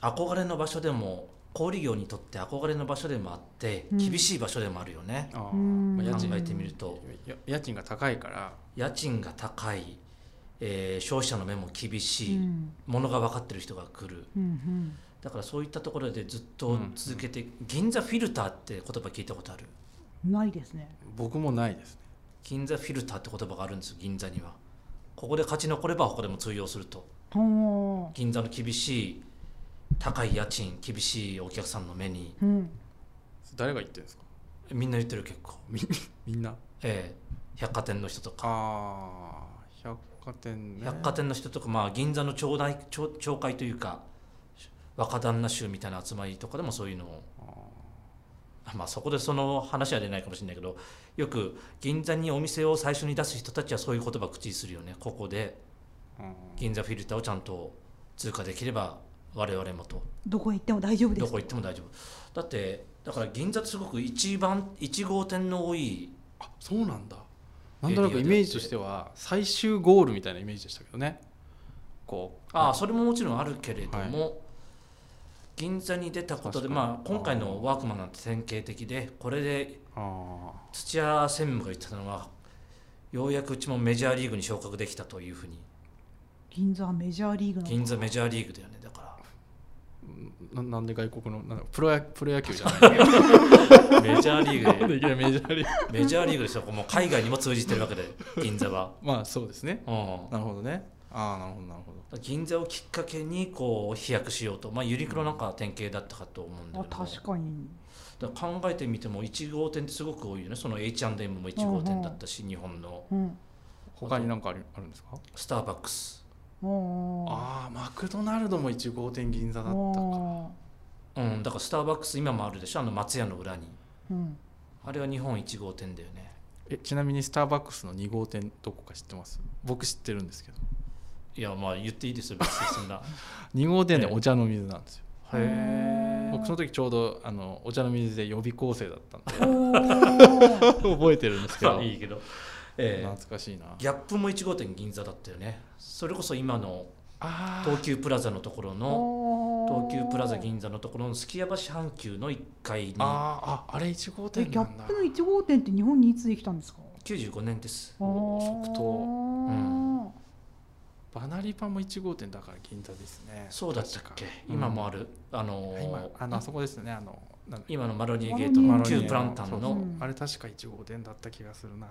Speaker 1: 憧れの場所でも小売業にとって憧れの場所でもあって
Speaker 3: うん
Speaker 1: 厳しい場所でもあるよね、
Speaker 2: あー
Speaker 3: うん
Speaker 2: まあ
Speaker 1: 考えてみると
Speaker 2: や家賃が高いから
Speaker 1: 家賃が高い、えー消費者の目も厳
Speaker 3: ー
Speaker 1: し
Speaker 3: う
Speaker 1: い、
Speaker 3: ん
Speaker 1: ものが分かってる人が来る
Speaker 3: うん
Speaker 1: だからそういったところでずっと続けて、銀座フィルターって言葉聞いたことある
Speaker 3: うんないですね
Speaker 2: 僕もないですね
Speaker 1: 銀座フィルターって言葉があるんですよ銀座にはここで勝ち残れば他でも通用すると
Speaker 3: ほ
Speaker 1: 銀座の厳しい高い家賃厳しいお客さんの目に
Speaker 3: ううん
Speaker 2: 誰が言ってるんですか
Speaker 1: みんな言ってる結構、
Speaker 2: みんな
Speaker 1: ええ百貨店の人とか、
Speaker 2: あー百貨店ね
Speaker 1: 百貨店の人とか、まあ、銀座の町内町町会というか若旦那衆みたいな集まりとかでもそういうのを
Speaker 2: あー
Speaker 1: あまあそこでその話は出ないかもしれないけどよく銀座にお店を最初に出す人たちはそういう言葉を口にするよねここで
Speaker 2: うん
Speaker 1: 銀座フィルターをちゃんと通過できれば我々もと
Speaker 3: どこへ行っても大丈夫で
Speaker 1: ど
Speaker 3: す
Speaker 1: こ行っても大丈夫だってだから銀座ってすごく一番1号店の多い
Speaker 2: あそうなんだなんとなくイメージとしては最終ゴールみたいなイメージでしたけどねこう
Speaker 1: ああそれももちろんあるけれども、銀座に出たことで、
Speaker 2: 確かに
Speaker 1: まあ、今回のワークマンなんて典型的でこれで
Speaker 2: あ
Speaker 1: 土屋専務が言ってたのはようやくうちもメジャーリーグに昇格できたというふうに
Speaker 3: 銀座はメジャーリーグなの
Speaker 1: 銀座メジャーリーグだよねだから
Speaker 2: ーななんで外国のなんかプロ野プロ野球じゃない
Speaker 1: メジャーリー
Speaker 2: な
Speaker 1: グで
Speaker 2: んでいきなりメジャーリーグ
Speaker 1: メジャーリーグですよもう海外にも通じてるわけで銀座は、
Speaker 2: まあそうですね
Speaker 1: うん、
Speaker 2: なるほどねああなるほどなるほど
Speaker 1: 銀座をきっかけにこう飛躍しようと、まあ、ユニクロなんかは典型だったかと思うんだ
Speaker 3: あ
Speaker 1: けども
Speaker 3: 確かに
Speaker 1: だから考えてみても1号店ってすごく多いよねその H&M も1号店だったし、日本の
Speaker 3: うん
Speaker 2: 他に何かあるあるんですか
Speaker 1: スターバックス、
Speaker 3: あ
Speaker 2: ああマクドナルドも1号店銀座
Speaker 3: あ
Speaker 2: だったか
Speaker 1: うん、だからスターバックス今もあるでしょあの松屋の裏に
Speaker 3: うん
Speaker 1: あれは日本1号店だよね
Speaker 2: えちなみにスターバックスの2号店どこか知ってます僕知ってるんですけど
Speaker 1: いやまあ言っていいですよ別にそんな
Speaker 2: 2号店で
Speaker 1: ええ
Speaker 2: お茶の水なんですよ、
Speaker 1: へえ
Speaker 2: 僕その時ちょうどあのお茶の水で予備校生だったんで
Speaker 3: おー
Speaker 2: 覚えてるんですけ ど
Speaker 1: いいけど、ええ
Speaker 2: 懐かしいな
Speaker 1: ギャップも1号店銀座だったよねそれこそ今の
Speaker 2: あー
Speaker 1: 東急プラザのところの東急プラザ銀座のところのすきや橋阪急の1階に
Speaker 2: あーああれ1号
Speaker 3: え
Speaker 2: 店
Speaker 3: ギ
Speaker 2: な
Speaker 3: ャ
Speaker 2: んだ
Speaker 3: ップの1号店って日本にいつできたんですか
Speaker 1: 95年です
Speaker 2: おー即答
Speaker 3: うん
Speaker 2: バナリパも1号店だから銀座ですね
Speaker 1: そうだったっけ、
Speaker 2: 確か
Speaker 1: 今もあるあの
Speaker 2: うん今あのあそこですねあのなんだっけ
Speaker 1: 今のマロニーゲー
Speaker 3: う
Speaker 1: ト
Speaker 3: ん
Speaker 2: マ
Speaker 1: の
Speaker 2: ロニー
Speaker 1: 旧プランタン
Speaker 2: そうそう
Speaker 1: の
Speaker 3: うん
Speaker 2: あれ確か1号店だった気がするな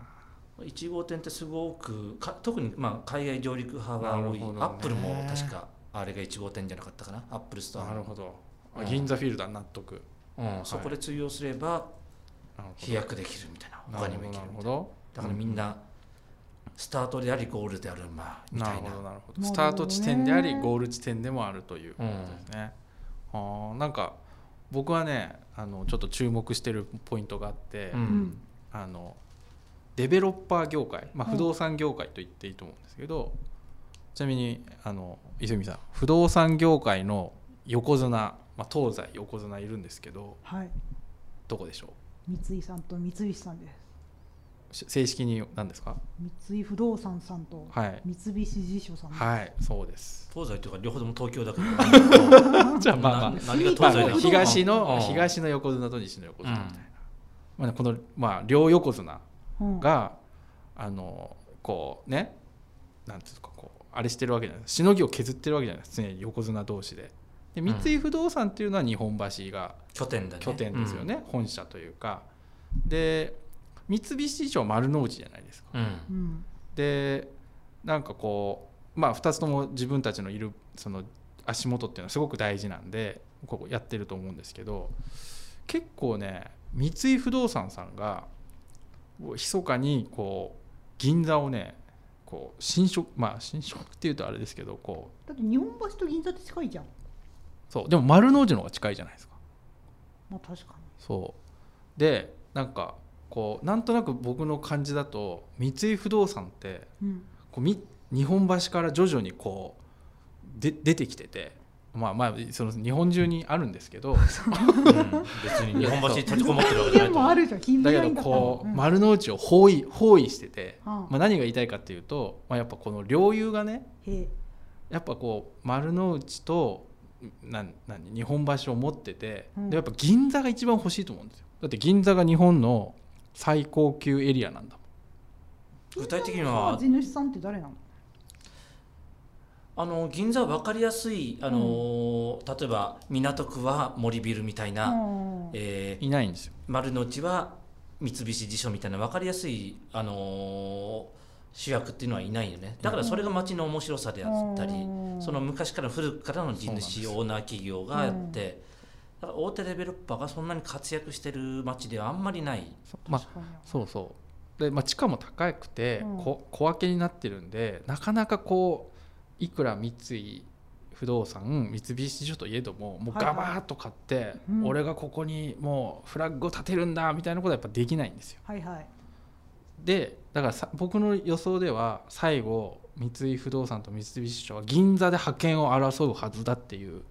Speaker 1: 1号店ってすごくか特にまあ海外上陸派が多い、
Speaker 2: なるほどね
Speaker 1: アップルも確かあれが1号店じゃなかったかなアップルストアの
Speaker 2: なるほどあ
Speaker 1: うん
Speaker 2: 銀座フィールダー納得
Speaker 1: うん、そこで通用すれば
Speaker 2: なるほど
Speaker 1: 飛躍できるみたいな他
Speaker 2: なる
Speaker 1: に
Speaker 2: ほ
Speaker 1: もい
Speaker 2: ど
Speaker 1: け
Speaker 2: な
Speaker 1: る
Speaker 2: る
Speaker 1: みた
Speaker 2: ほ
Speaker 1: いな
Speaker 2: ど
Speaker 1: だからみんなスタートでありゴールであるまあみ
Speaker 2: な
Speaker 1: た
Speaker 2: る
Speaker 1: い
Speaker 2: ほ
Speaker 1: な
Speaker 2: どなるほど
Speaker 3: なるほどね
Speaker 2: スタート地点でありゴール地点でもあるという
Speaker 1: う
Speaker 2: こと
Speaker 1: ん
Speaker 2: ですね、あーなんか僕はねあのちょっと注目してるポイントがあって、
Speaker 1: う
Speaker 3: うん
Speaker 1: ん
Speaker 2: あのデベロッパー業界、まあ、
Speaker 3: うん
Speaker 2: 不動産業界と言っていいと思うんですけど、ちなみにあの伊勢美さん不動産業界の横綱、まあ、東西横綱いるんですけど
Speaker 3: はい
Speaker 2: どこでしょ
Speaker 3: 三井さんと三菱さんで
Speaker 2: うし正式に何ですか
Speaker 3: す三井不動産さんと
Speaker 2: はい
Speaker 3: 三菱地所さん
Speaker 2: はいそうです
Speaker 1: 東西というか両方とも東京だけど
Speaker 2: じゃあまあまあ
Speaker 1: な何が東
Speaker 2: まあ
Speaker 1: 西だ
Speaker 2: まあ
Speaker 1: ろう
Speaker 2: 東
Speaker 1: う
Speaker 2: の
Speaker 1: ん
Speaker 2: 東の横綱と西の横綱みたいな
Speaker 1: うん、
Speaker 2: まあねこの、まあ、両横綱
Speaker 3: うん
Speaker 2: が、あのこうねなんていうかこうあれしてるわけじゃないしのぎを削ってるわけじゃないです常に横綱同士でで三井不動産っていうのは日本橋が
Speaker 1: 拠点だね
Speaker 2: 拠点ですよね、本社というかで三菱地所は丸の内じゃないですか
Speaker 1: うん、うん
Speaker 3: うん
Speaker 2: でなんかこうまあ2つとも自分たちのいるその足元っていうのはすごく大事なんでこうやってると思うんですけど結構ね三井不動産さんが密かにこう銀座をねこう新色まあ新色っていうとあれですけどこ
Speaker 3: だって日本橋と銀座って近いじゃん
Speaker 2: うそうでも丸の内の方が近いじゃないですか
Speaker 3: まあ確か
Speaker 2: そうでなんかこうなんとなく僕の感じだと三井不動産って
Speaker 3: にうん
Speaker 2: こうみ日本橋から徐々にこうで出てきてて、まあ、まあその日本中にあるんですけ ど
Speaker 1: 別に日本橋に閉じこもってるわけじゃないと
Speaker 3: 金も
Speaker 1: 思
Speaker 3: あ
Speaker 1: う
Speaker 3: るじゃん金
Speaker 2: だ
Speaker 3: も
Speaker 2: け
Speaker 3: ライ
Speaker 2: ど
Speaker 3: ンだった
Speaker 2: こう
Speaker 3: うん
Speaker 2: 丸の内を包囲包囲してて、
Speaker 3: はあ
Speaker 2: まあ、何が言いたいかっていうと、まあ、やっぱこの領有がね
Speaker 3: へえ
Speaker 2: やっぱこう丸の内となん何日本橋を持ってて
Speaker 3: うん
Speaker 2: でやっぱ銀座が一番欲しいと思うんですよだって銀座が日本の最高級エリアなんだもん
Speaker 1: 具体的に
Speaker 3: さあ
Speaker 1: は
Speaker 3: 地主さんって誰なの
Speaker 1: あの銀座は分かりやすい、あのー例えば港区は森ビルみたいな、
Speaker 3: うん
Speaker 1: えー
Speaker 2: いないんですよ
Speaker 1: 丸の内は三菱地所みたいな分かりやすい、あのー主役っていうのはいないよねだからそれが街の面白さであったり、
Speaker 3: うん
Speaker 1: その昔から古くからの地主
Speaker 2: そう
Speaker 1: オーナー企業がやって、だから大手デベロッパーがそんなに活躍してる街ではあんまりない、
Speaker 2: そうまあ
Speaker 3: 確かに
Speaker 2: そうそうで、まあ、地価も高くて
Speaker 3: うん
Speaker 2: こ小分けになってるんでなかなかこういくら三井不動産三菱地所といえどももう
Speaker 3: はいは
Speaker 2: ガ
Speaker 3: い
Speaker 2: バーッと買って、
Speaker 3: うん
Speaker 2: 俺がここにもうフラッグを立てるんだみたいなことはやっぱできないんですよ
Speaker 3: はいはい
Speaker 2: でだからさ僕の予想では最後三井不動産と三菱地所は銀座で覇権を争うはずだっていう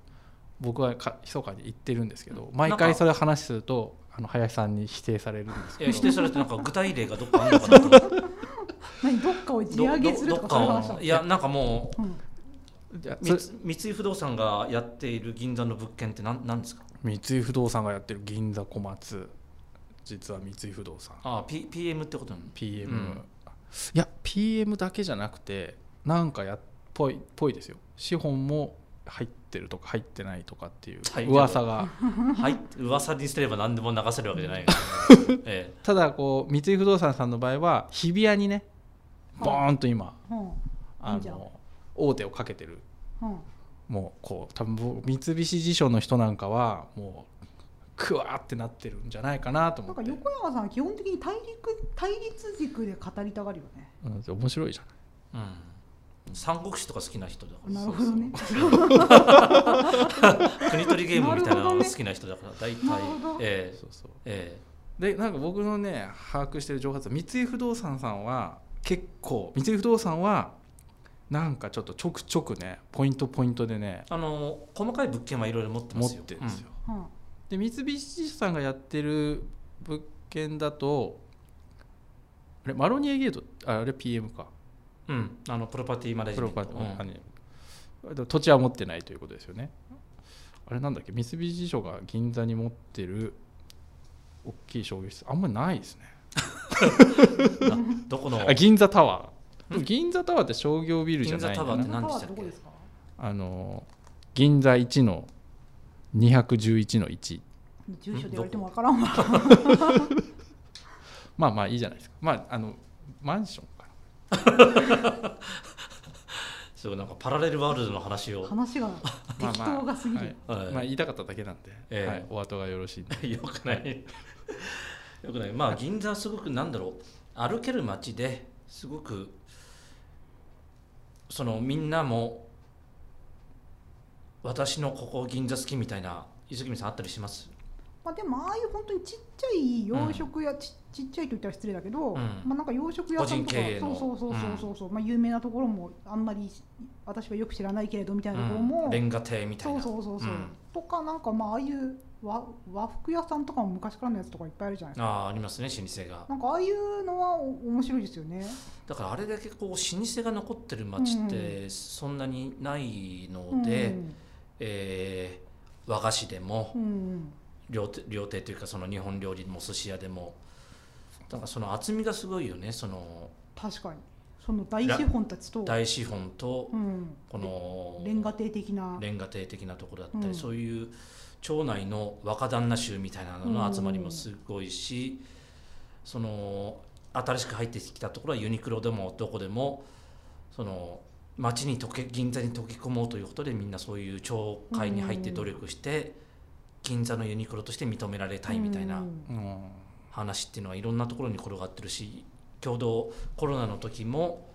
Speaker 2: 僕はか密かに言ってるんですけど
Speaker 1: うん
Speaker 2: 毎
Speaker 1: なん
Speaker 2: 回
Speaker 1: か
Speaker 2: それ話するとあの林さんに否定されるんです
Speaker 1: い
Speaker 2: け
Speaker 1: や
Speaker 2: ど
Speaker 1: 否定されてなんか具体例がどっかあるのかなと思って
Speaker 3: 何どっかを地
Speaker 1: ど
Speaker 3: 上げすると
Speaker 1: どど
Speaker 3: かそういう
Speaker 1: っか
Speaker 3: 話なの
Speaker 1: をいやなんかもう
Speaker 3: うん
Speaker 2: いやそ
Speaker 1: 三
Speaker 2: れ
Speaker 1: 井三井不動産がやっている銀座の物件って何何ですか
Speaker 2: 三井不動産がやってる銀座小松実は三井不動産
Speaker 1: ああ、P、PM ってことなの
Speaker 2: PM、
Speaker 1: うん
Speaker 2: いや PM だけじゃなくてなんかやっぽいぽいですよ資本も入ってるとか入ってないとかってい
Speaker 1: はいう
Speaker 2: 噂が
Speaker 1: はい噂にすれば何でも流せるわけじゃない から、ねえ
Speaker 2: ただこう三井不動産さんの場合は日比谷にねボーンと今
Speaker 3: うんい
Speaker 2: あ
Speaker 3: いじゃん
Speaker 2: の大手をかけてる
Speaker 3: うん
Speaker 2: もうこう多分僕三菱地所の人なんかはもうクワーってなってるんじゃないかなと思
Speaker 3: なんか
Speaker 2: って
Speaker 3: 横山さんは基本的に大陸対立軸で語りたがるよね。
Speaker 2: うん面白いじゃん
Speaker 1: えうん、三国志とか好きな人だから
Speaker 3: なるほどね。
Speaker 1: 国取りゲームみたいな
Speaker 3: なるほ
Speaker 1: の
Speaker 3: ど
Speaker 1: が
Speaker 3: ね
Speaker 1: 好きな人だから大体、
Speaker 3: なるほど
Speaker 1: ええ
Speaker 2: そうそう
Speaker 1: え
Speaker 2: でなんか僕のね把握してる情報だと三井不動産さんは結構三井不動産はなんかちょっとちょくちょくねポイントポイントでね
Speaker 1: えあの細かい物件はいろいろ持ってま
Speaker 2: 持っ
Speaker 1: すよ
Speaker 2: てるんですよ、
Speaker 3: うん
Speaker 2: で三菱地所さんがやってる物件だとあれマロニエゲートああれ PM か
Speaker 1: うん、うんあのプロパティマネジ
Speaker 2: プ
Speaker 1: メ
Speaker 2: ロ
Speaker 1: ント
Speaker 2: パティ、あ
Speaker 1: うん
Speaker 2: ね土地は持ってないということですよねあれなんだっけ三菱地所が銀座に持ってる大きい商業施設あんまりないですね
Speaker 1: などこの
Speaker 2: あ銀座タワー
Speaker 1: うん
Speaker 2: 銀座タワーって商業ビルじゃないんだ
Speaker 1: 銀座タワーって
Speaker 2: な
Speaker 1: 何でしたっけ
Speaker 3: どこですか？
Speaker 2: あの銀座1の211の1
Speaker 3: 住所で言われてもわからんわ。
Speaker 2: まあまあいいじゃないですかまああのマンションか
Speaker 1: そうなんかパラレルワールドの話を、
Speaker 3: 話が
Speaker 2: な
Speaker 3: 適当がすぎ
Speaker 2: まあまあは
Speaker 3: る
Speaker 2: い。
Speaker 1: はい
Speaker 2: まあ言いたかっただけなんで、
Speaker 1: ええ
Speaker 2: はい、お後がよろしいん で
Speaker 1: よくないよくないまあ銀座はすごくなんだろう歩ける街ですごくそのみんなも私のここ銀座好きみたいな伊豆さんあったりします
Speaker 3: まあでもああいう本当にちっちゃい洋食屋、ちちっちゃいと言ったら失礼だけど、
Speaker 1: うん
Speaker 3: まあなんか洋食屋さん
Speaker 1: 個人
Speaker 3: と
Speaker 1: 経
Speaker 3: か
Speaker 1: 営の
Speaker 3: そうそうそうそうそうそう、まあ有名なところもあんまり私はよく知らないけれどみたいなところも、
Speaker 1: うんレンガ亭みたい
Speaker 3: そう
Speaker 1: な
Speaker 3: そうそうそう、
Speaker 1: ん
Speaker 3: とかなんかまあああいう和和服屋さんとかも昔からのやつとかいっぱいあるじゃないですか。
Speaker 1: ああありますね老舗が
Speaker 3: なんかああいうのはお面白いですよね。
Speaker 1: だからあれだけこう老舗が残ってる街ってそんなにないので、えー和菓子でも
Speaker 3: うん、うん
Speaker 1: 料亭料亭というかその日本料理でも寿司屋でもなんかその厚みがすごいよねその
Speaker 3: 確かにその大資本たちと、
Speaker 1: 大資本と
Speaker 3: うん、
Speaker 1: この
Speaker 3: レンガ亭的な、
Speaker 1: レンガ亭的なところだったり、
Speaker 3: うん
Speaker 1: そういう町内の若旦那衆みたいなのの集まりもすごいし、その新しく入ってきたところはユニクロでもどこでもその町に溶け銀座に溶け込もうということでみんなそういう町会に入って努力して、銀座のユニクロとして認められたいみたいな。
Speaker 3: うん
Speaker 2: うん
Speaker 1: 話っていうのはいろんなところに転がってるし共同コロナの時も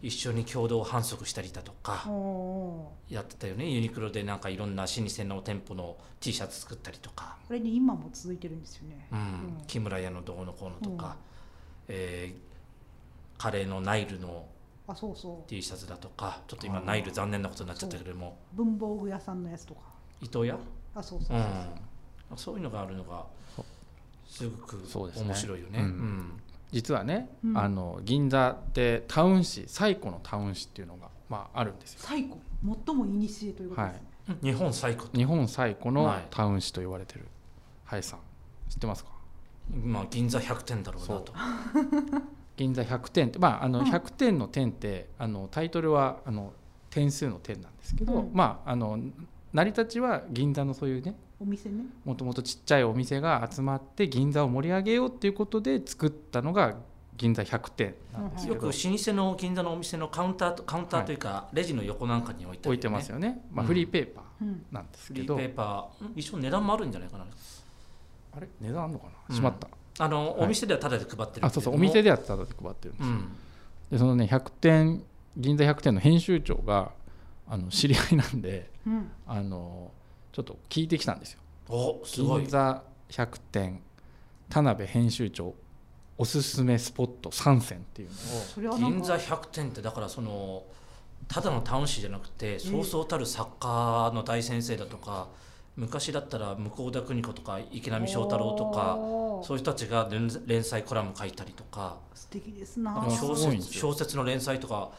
Speaker 1: 一緒に共同販促したりだとか
Speaker 3: おー
Speaker 1: やってたよねユニクロでなんかいろんな老舗の店舗の T シャツ作ったりとか、
Speaker 3: これで今も続いてるんですよね
Speaker 1: う。ん
Speaker 3: ん
Speaker 1: 木村屋のどうのこうのとか、
Speaker 3: うん
Speaker 1: えーカレーのナイルの
Speaker 3: あ、そうそう。
Speaker 1: T シャツだとかちょっと今ナイル残念なことになっちゃったけれども
Speaker 3: 文房具屋さんのやつとか。
Speaker 1: 伊藤屋、
Speaker 3: あ、そうそう
Speaker 1: う
Speaker 3: そう。
Speaker 1: ん、そういうのがあるのが
Speaker 2: そう
Speaker 1: すごく
Speaker 2: そうですね
Speaker 1: 面白いよね。
Speaker 2: うん
Speaker 1: うん
Speaker 2: 実はね、
Speaker 3: うん
Speaker 2: あの銀座でタウン市最古のタウン市っていうのが、まあ、あるんですよ
Speaker 3: 最古、最も古ということですね。
Speaker 1: 日本最古
Speaker 2: 日本最古の
Speaker 1: はい
Speaker 2: タウン市と言われてる林さん知ってますか
Speaker 1: まあ銀座100点だろうなと。
Speaker 2: 銀座100点って、まあ、あ
Speaker 3: う
Speaker 2: の
Speaker 3: ん
Speaker 2: 100点の点って、あのタイトルはあの点数の点なんですけど、
Speaker 3: うん
Speaker 2: まあ、あの成り立ちは銀座のそういうね
Speaker 3: お店ね。
Speaker 2: もともとちっちゃいお店が集まって銀座を盛り上げようっていうことで作ったのが銀座100点なんですけ
Speaker 1: よ
Speaker 2: ど、
Speaker 1: く老舗の銀座のお店のカウンターとカウンターというかレジの横なんかに置いてあるよね
Speaker 2: 置いてますよね、まあ、
Speaker 1: うん
Speaker 2: フリーペーパ
Speaker 3: うん。
Speaker 2: ーなんです
Speaker 1: フ
Speaker 2: け
Speaker 1: リ
Speaker 2: ど、
Speaker 1: ーペーパーん一応値段もあるんじゃないかな
Speaker 2: あれ値段あんのかな、
Speaker 1: うん
Speaker 2: しまった
Speaker 1: あの、
Speaker 2: はい
Speaker 1: お店ではタダで配ってる
Speaker 2: あそうそうお店
Speaker 1: で、
Speaker 2: でやってただで配ってるんで
Speaker 1: う
Speaker 2: すよ、
Speaker 1: ん、
Speaker 2: でそのね100点銀座100点の編集長があの知り合いなんで
Speaker 3: うん。
Speaker 2: あのちょっと聞いてきたんですよ
Speaker 1: おすごい
Speaker 2: 銀座100点田辺編集長おすすめスポット3選っていうのを
Speaker 3: それはなん
Speaker 1: 銀座
Speaker 3: か。
Speaker 1: 100点ってだからそのただのタウン誌じゃなくてそうそうたる作家の大先生だとか、昔だったら向田邦子とか池波正太郎とか
Speaker 3: おー
Speaker 1: そういう人たちが連連載コラム書いたりとか
Speaker 3: 素敵ですな
Speaker 1: なんか
Speaker 2: あ。
Speaker 1: 小
Speaker 2: すごいんで
Speaker 1: 説
Speaker 2: すよ
Speaker 1: 小説の連載とか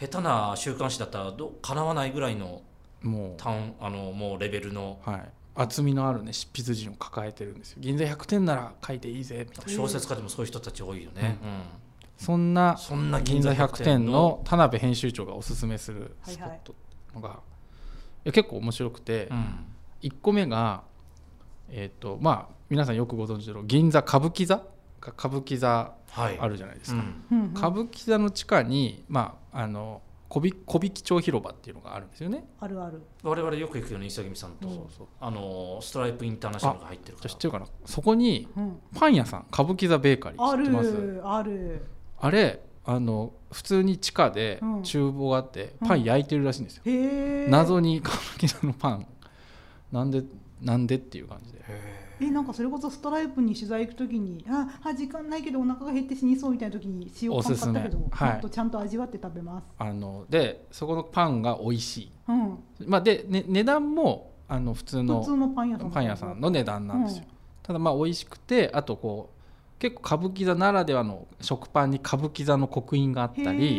Speaker 1: 下手な週刊誌だったらどかなわないぐらいの
Speaker 2: も
Speaker 1: タウンあのもうレベルの
Speaker 2: う、はい、厚みのあるね執筆陣を抱えてるんですよ銀座100点なら書いていいぜみたいな
Speaker 1: 小説家でもそういう人たち多いよね、うん
Speaker 2: そんな
Speaker 1: そんな
Speaker 2: 銀
Speaker 1: 銀
Speaker 2: 座
Speaker 1: 座
Speaker 2: 100
Speaker 1: 100
Speaker 2: 点
Speaker 1: 点の
Speaker 2: の田辺編集長がおすすめするスポットのが、いや結構面白くて、
Speaker 1: うん
Speaker 2: 1個目がえっ、とまあ皆さんよくご存知の銀座歌舞伎座が歌舞伎座
Speaker 1: はい
Speaker 2: あるじゃないですか、
Speaker 1: うん
Speaker 3: うんうん
Speaker 2: 歌舞伎座の地下にまああの小び小引町広場っていうのがあるんですよね、
Speaker 3: あるある
Speaker 1: 我々よく行くよね磯君さんと、
Speaker 3: うん
Speaker 2: そう
Speaker 1: あのストライプインターナショナルが入ってるか
Speaker 2: じゃあ
Speaker 1: ら
Speaker 2: 知ってるかなそこに
Speaker 3: うん
Speaker 2: パン屋さん歌舞伎座ベーカリー
Speaker 3: あ
Speaker 2: 知ってます
Speaker 3: るある
Speaker 2: あれあの普通に地下で
Speaker 3: うん
Speaker 2: 厨房があって、パン焼いてるらしいんですよ、
Speaker 3: へえ
Speaker 2: 謎に歌舞伎座のパンなんでなんでっていう感じで
Speaker 1: へ
Speaker 3: えなんかそれこそストライプに取材行くときにああ時間ないけどお腹が減って死にそうみたいなときに塩パン買ったけ
Speaker 2: お
Speaker 3: ど
Speaker 2: すすめはい
Speaker 3: もっとちゃんと味わって食べます、
Speaker 2: あのでそこのパンが美味しい、
Speaker 3: うん、
Speaker 2: まあでね、値段もあの普通
Speaker 3: 普
Speaker 2: の
Speaker 3: 通のパン屋さん
Speaker 2: パン屋さんの値段なんですよ、ただまあ美味しくてあとこう結構歌舞伎座ならではの食パンに歌舞伎座の刻印があったり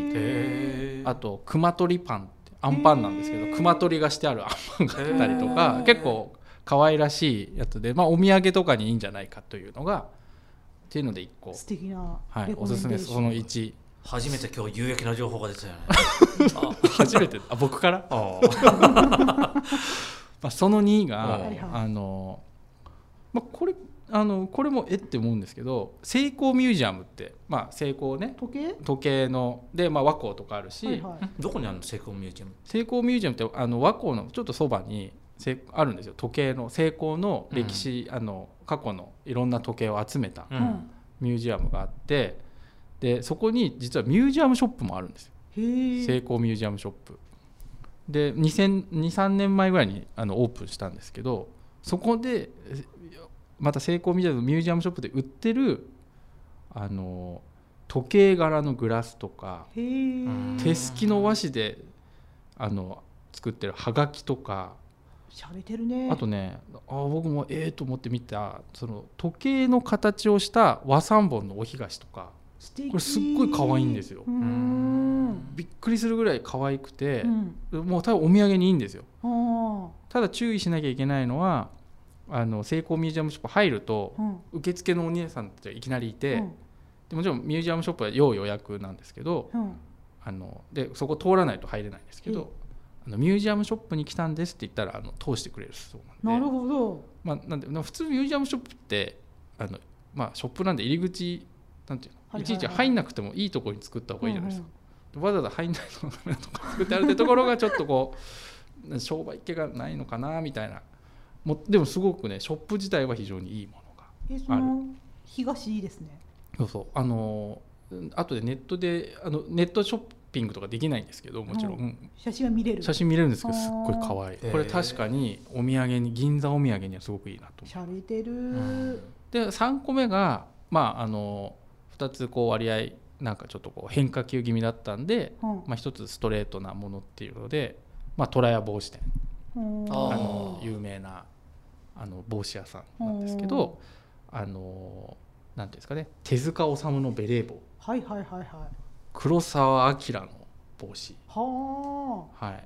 Speaker 1: え
Speaker 3: へ
Speaker 2: あと熊取パンってあんパンなんですけ
Speaker 3: へ
Speaker 2: ど
Speaker 3: ー
Speaker 2: 熊取がしてあるあんパンがあったりと
Speaker 1: へ
Speaker 2: か
Speaker 1: ー
Speaker 2: 結構可愛らしいやつで、まあ、お土産とかにいいんじゃないかというのがっていうので一個
Speaker 3: 素敵な
Speaker 2: はい
Speaker 3: レ、コ
Speaker 2: お
Speaker 3: メ
Speaker 2: す
Speaker 3: ンデーシ
Speaker 2: す
Speaker 3: ョン
Speaker 2: めですその1
Speaker 1: 初めて今日有益な情報が出たよね
Speaker 2: 初め てあ僕から、
Speaker 1: あ
Speaker 2: まあ、その2
Speaker 1: うん
Speaker 2: が
Speaker 1: はい
Speaker 3: はい
Speaker 2: あの、まあ、これあのこれもえって思うんですけどセイコーミュージアムって、まあ、セイコーね
Speaker 3: 時計
Speaker 2: 時計ので、まあ、和光とかあるし、
Speaker 3: はいはい
Speaker 1: どこにあるのセイコーミュージアム
Speaker 2: セイコーミュージアムってあの和光のちょっとそばにせいあるんですよ時計のセイコーの歴史、あの過去のいろんな時計を集めた
Speaker 1: う
Speaker 3: うんん
Speaker 2: ミュージアムがあってでそこに実はミュージアムショップもあるんですよ
Speaker 3: へえ
Speaker 2: セイコーミュージアムショップで2003年前ぐらいにあのオープンしたんですけどそこでえまたセイコーミュージアムミュージアムショップで売ってるあの時計柄のグラスとか
Speaker 3: へえ
Speaker 1: うん
Speaker 2: 手すきの和紙であの作ってるはがきとか
Speaker 3: しゃれてるね
Speaker 2: あとねあー僕もええと思って見たその時計の形をした和三本のお東とか
Speaker 3: 素敵
Speaker 2: これすっごい可愛いんですよ
Speaker 3: うーん
Speaker 2: びっくりするぐらい可愛くて
Speaker 3: う、ん
Speaker 2: もう多分お土産にいいんですよ
Speaker 3: あ
Speaker 2: ただ注意しなきゃいけないのはあのセイコーミュージアムショップ入ると
Speaker 3: あうん
Speaker 2: 受付のお姉さんっていきなりいて、
Speaker 3: うん
Speaker 2: でもちろんミュージアムショップは要予約なんですけど、
Speaker 3: うん
Speaker 2: あのでそこ通らないと入れないんですけど、あのミュージアムショップに来たんですって言ったらあの通してくれるそうな
Speaker 3: なん
Speaker 2: で
Speaker 3: るほど
Speaker 2: まあ、なんで普通ミュージアムショップってあの、まあ、ショップなんで入り口なんていうの、
Speaker 3: は
Speaker 2: い
Speaker 3: いはいはい
Speaker 2: ちいち入んなくてもいいところに作った方がいいじゃないですか
Speaker 3: うん、
Speaker 2: わざわざ入んないとダメなとか作ってあるってところがちょっとこう商売っ気がないのかなみたいなもうでもすごくねショップ自体は非常にいいものが
Speaker 3: うんえその東いいですね
Speaker 2: そうそうあのあとでネットであのネットショッピングとかできないんですけどもちろん、
Speaker 3: う
Speaker 2: うん
Speaker 3: 写真が見れる
Speaker 2: 写真見れるんですけどすっごい可愛い
Speaker 1: あー
Speaker 2: これ確かにお土産に銀座お土産にはすごくいいなと思
Speaker 3: しゃれてる、
Speaker 1: ん
Speaker 2: うで3個目がまああの2つこう割合なんかちょっとこう変化球気味だったんで、
Speaker 3: うん
Speaker 2: まあ、1つストレートなものっていうので、まあ、トラヤ帽子店
Speaker 3: うん
Speaker 2: あ
Speaker 1: あー
Speaker 2: の有名なあの帽子屋さんなんですけどあのなんていうんですかね手塚治虫のベレー帽
Speaker 3: はいはいはいはいは
Speaker 2: 黒澤明の帽子
Speaker 3: あ
Speaker 2: はい、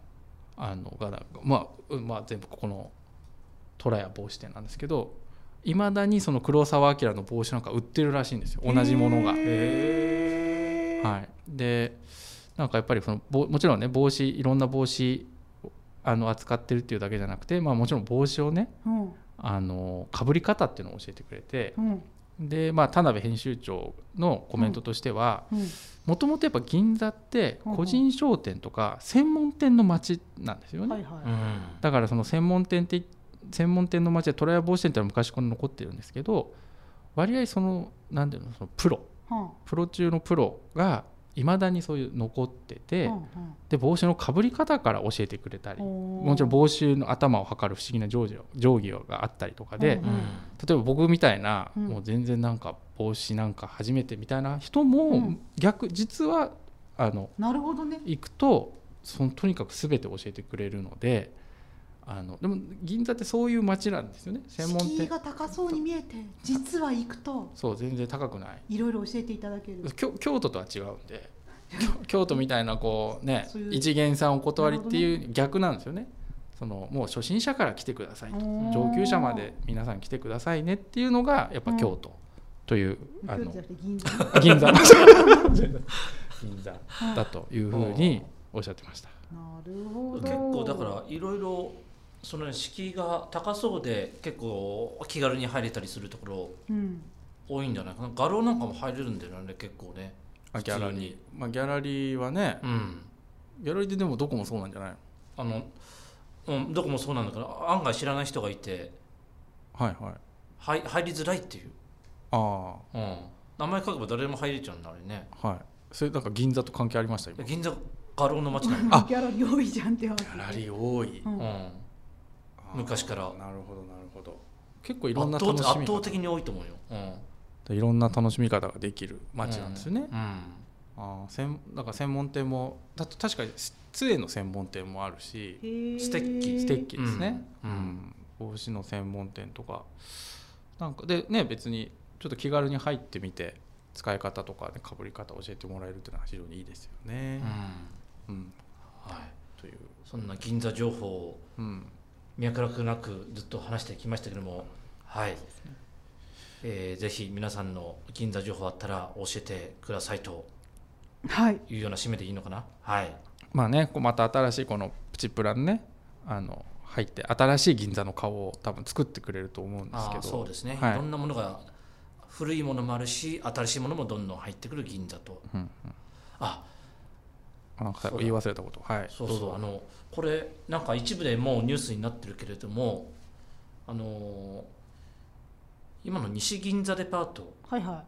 Speaker 2: あのがなんか、まあうんまあ、全部ここの虎や帽子店なんですけどいまだにその黒澤明の帽子なんか売ってるらしいんですよ同じものが。
Speaker 3: へー
Speaker 2: はい、でなんかやっぱりそのぼもちろんね帽子いろんな帽子あの扱ってるっていうだけじゃなくて、まあ、もちろん帽子をね
Speaker 3: うん
Speaker 2: あの被り方っていうのを教えてくれて
Speaker 3: うん
Speaker 2: で、まあ、田辺編集長のコメントとしては、
Speaker 3: うん
Speaker 2: もともとやっぱ銀座って
Speaker 3: うんうん
Speaker 2: 個人商店とか専門店の街なんですよね、
Speaker 3: はいはい、
Speaker 1: うん
Speaker 2: だからその専門店って専門店の街でトラヤ帽子店ってのは昔から残ってるんですけど割合その何ていうのそのプロ
Speaker 3: は
Speaker 2: プロ中のプロがいまだにそういう残って
Speaker 3: あ
Speaker 2: て、
Speaker 3: はあは
Speaker 2: で帽子のかぶり方から教えてくれた
Speaker 3: あ
Speaker 2: り
Speaker 3: も
Speaker 2: もちろん帽子の頭を測る不思議な定規を定規があったりとかで、
Speaker 3: う
Speaker 1: う
Speaker 3: ん
Speaker 1: ん
Speaker 2: 例えば僕みたいな、
Speaker 3: うん
Speaker 2: もう全然なんか帽子なんか初めてみたいな人
Speaker 3: う
Speaker 2: も
Speaker 3: ん
Speaker 2: 逆、実はあの
Speaker 3: なるほどね
Speaker 2: 行くとそのとにかく全て教えてくれるのであのでも銀座ってそういう街なんですよね専門
Speaker 3: 敷居
Speaker 2: 店
Speaker 3: が高そうに見えて実は行くと
Speaker 2: そう全然高くない
Speaker 3: いろいろ教えていただける
Speaker 2: 京京都とは違うんで 京都みたいなこうね
Speaker 3: そういう
Speaker 2: 一元さんお断りっていう逆なんですよねそのもう初心者から来てくださいと
Speaker 3: おー
Speaker 2: 上級者まで皆さん来てくださいねっていうのがやっぱ京都という、あ
Speaker 3: 京都じ
Speaker 2: の
Speaker 3: ゃなくて 銀座
Speaker 2: 銀座銀座
Speaker 3: はい
Speaker 2: だというふう におっしゃってました。
Speaker 3: なるほ ど
Speaker 1: 結構だからいろいろその敷居が高そうで結構気軽に入れたりするところ
Speaker 3: うん
Speaker 1: 多いんじゃないかな画廊なんかも入れるんだよね結構ね
Speaker 2: あギャラリ
Speaker 1: 普通
Speaker 2: ー
Speaker 1: に、
Speaker 2: まあ、ギャラリーはね
Speaker 1: うん
Speaker 2: ギャラリーででもどこもそうなんじゃないの
Speaker 1: あの、うん、どこもそうなんだけど案外知らない人がいて
Speaker 2: はいはい
Speaker 1: 入入りづらいっていう、
Speaker 2: あ
Speaker 1: うん、名前書けば誰でも入れちゃうんだあれね
Speaker 2: あはいそれなんか銀座と関係ありました今ギ
Speaker 1: 銀座画廊の街なの、
Speaker 2: あ
Speaker 3: ギャラリー多いじゃんって話
Speaker 2: ャラリー多い
Speaker 3: うん
Speaker 1: うん、昔から
Speaker 2: なるほどなるほど結構い
Speaker 1: い
Speaker 2: ろんな
Speaker 1: 圧
Speaker 2: 楽し
Speaker 1: 倒
Speaker 2: み
Speaker 1: 圧倒的
Speaker 2: 方
Speaker 1: に多いと思うよ、うん、
Speaker 2: いろんな楽しみ方ができる街なんですよね、
Speaker 1: うん
Speaker 2: ああ専なんか専門店もだと確かに杖の専門店もあるし
Speaker 3: へー
Speaker 1: ステッキ
Speaker 2: ステッキですね、
Speaker 1: うん
Speaker 2: うん帽子の専門店とかなんかでね別にちょっと気軽に入ってみて使い方とかねかぶり方教えてもらえるっていうのは非常にいいですよ
Speaker 1: う
Speaker 2: ね
Speaker 1: ん、
Speaker 2: うん、
Speaker 1: はい、
Speaker 2: という、
Speaker 1: そんな銀座情報を
Speaker 2: うん、
Speaker 1: 脈絡なくずっと話してきましたけどもはい、えーぜひ皆さんの銀座情報あったら教えてくださいと
Speaker 3: はい
Speaker 1: いうような締めでいいのかなはい
Speaker 2: まあねこうまた新しいこのプチプランねあの入って新しい銀座の顔を多分作ってくれると思うんです
Speaker 1: あ
Speaker 2: け
Speaker 1: ー
Speaker 2: ど
Speaker 1: そうですね、、
Speaker 2: はいい
Speaker 1: ろんなものが古いものもあるし新しいものもどんどん入ってくる銀座と
Speaker 2: うんうん
Speaker 1: あ
Speaker 2: あなんか
Speaker 1: そうだ
Speaker 2: 言い忘れたことはい
Speaker 1: そうそうあのこれなんか一部でもうニュースになってるけれどもあのー今の西銀座デパート
Speaker 3: はいは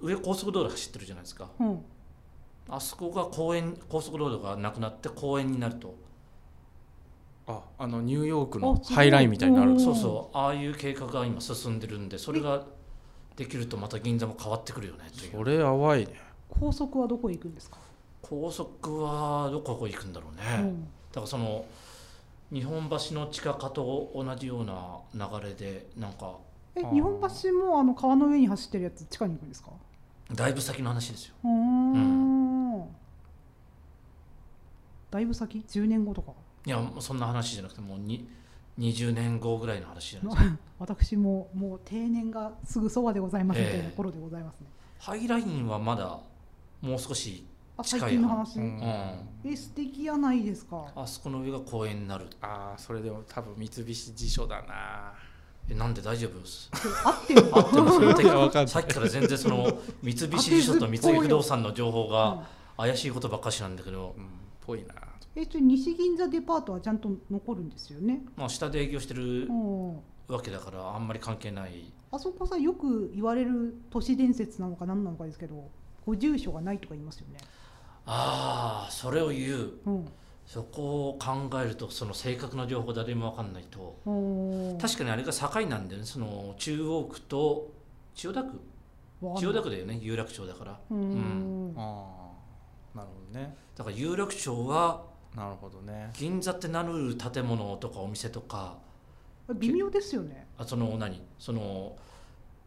Speaker 1: 上高速道路走ってるじゃないですか
Speaker 3: いうん
Speaker 1: あそこが公園高速道路がなくなって公園になると、
Speaker 2: ああのニューヨーク
Speaker 3: あ
Speaker 2: の
Speaker 3: すごい
Speaker 2: ハイラインみたいになる
Speaker 3: うん
Speaker 1: そうそうああいう計画が今進んでるんでそれができるとまた銀座も変わってくるよねとい
Speaker 2: そうれやばいね
Speaker 3: 高速はどこへ行くんですか、
Speaker 1: 高速はどこ行くんだろうね、
Speaker 3: うん
Speaker 1: だからその日本橋の地下化と同じような流れでなんか
Speaker 3: え
Speaker 2: あー
Speaker 3: 日本橋もあの川の上に走ってるやつ地下に行くんですか
Speaker 1: だいぶ先の話ですよ
Speaker 3: うーんだいぶ先10年後とか
Speaker 1: いやそんな話じゃなくてもうに20年後ぐらいの話じゃないですか
Speaker 3: 私ももう定年がすぐそばでございますみたいな頃でございますね、
Speaker 1: ハイラインはまだもう少し
Speaker 3: あ
Speaker 1: 近い
Speaker 3: 最近の話、
Speaker 2: うん
Speaker 3: え素敵やないですか
Speaker 1: あそこの上が公園になる
Speaker 2: ああそれでも多分三菱地所だな
Speaker 1: えなんで大丈夫です
Speaker 3: 合ってる
Speaker 1: あって もその時
Speaker 2: いやわかんない
Speaker 1: さっきから全然そ の三菱地所と三井不動産の情報
Speaker 3: うん
Speaker 1: が怪しいことばっかしなんだけど、
Speaker 2: うんぽいな
Speaker 3: えちょ西銀座デパートはちゃんと残るんですよね、
Speaker 1: まあ、下で営業してる
Speaker 3: うん、
Speaker 1: わけだからあんまり関係ない
Speaker 3: あそこさよく言われる都市伝説なのか何なのかですけどご住所がないとか言いますよね、
Speaker 1: ああそれを言う
Speaker 3: うん
Speaker 1: そこを考えるとその正確な情報誰も分かんないと
Speaker 3: うん、
Speaker 1: 確かにあれが境なんだよねその中央区と千代田区
Speaker 3: わかんない
Speaker 1: 千代田区だよね有楽町だから
Speaker 3: うーん
Speaker 2: ああなるほどね
Speaker 1: だから有楽町は
Speaker 2: なるほどね
Speaker 1: 銀座って名乗る建物とかお店とか
Speaker 3: 微妙ですよね、
Speaker 1: あその何その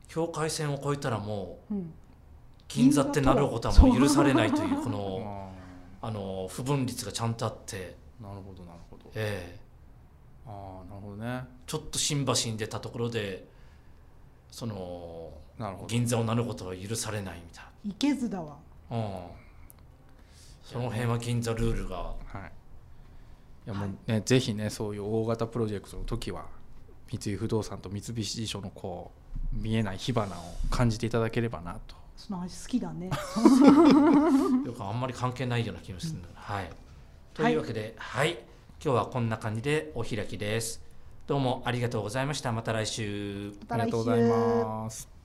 Speaker 1: 境界線を越えたらもう
Speaker 3: うん、
Speaker 1: 銀座って名乗ることはもう許されないというこ
Speaker 2: あ
Speaker 1: のあの不分率がちゃんとあって、
Speaker 2: ーなるほどなるほど
Speaker 1: ええ
Speaker 2: ああなるほどね
Speaker 1: ちょっと新橋に出たところでその
Speaker 2: なるほど
Speaker 1: 銀座を名乗ることは許されないみたいな。
Speaker 3: 池津だわ
Speaker 1: うん、その辺は銀座ルールが
Speaker 2: はいいやもうね、ぜひねそういう大型プロジェクトの時は三井不動産と三菱地所のこう見えない火花を感じていただければなと
Speaker 3: その話好きだね
Speaker 1: よくあんまり関係ないような気がするんだな、はい、というわけで、はい、今日はこんな感じでお開きです。どうもありがとうございました。また来週。
Speaker 3: また
Speaker 2: ありが
Speaker 3: 来週
Speaker 2: とうございます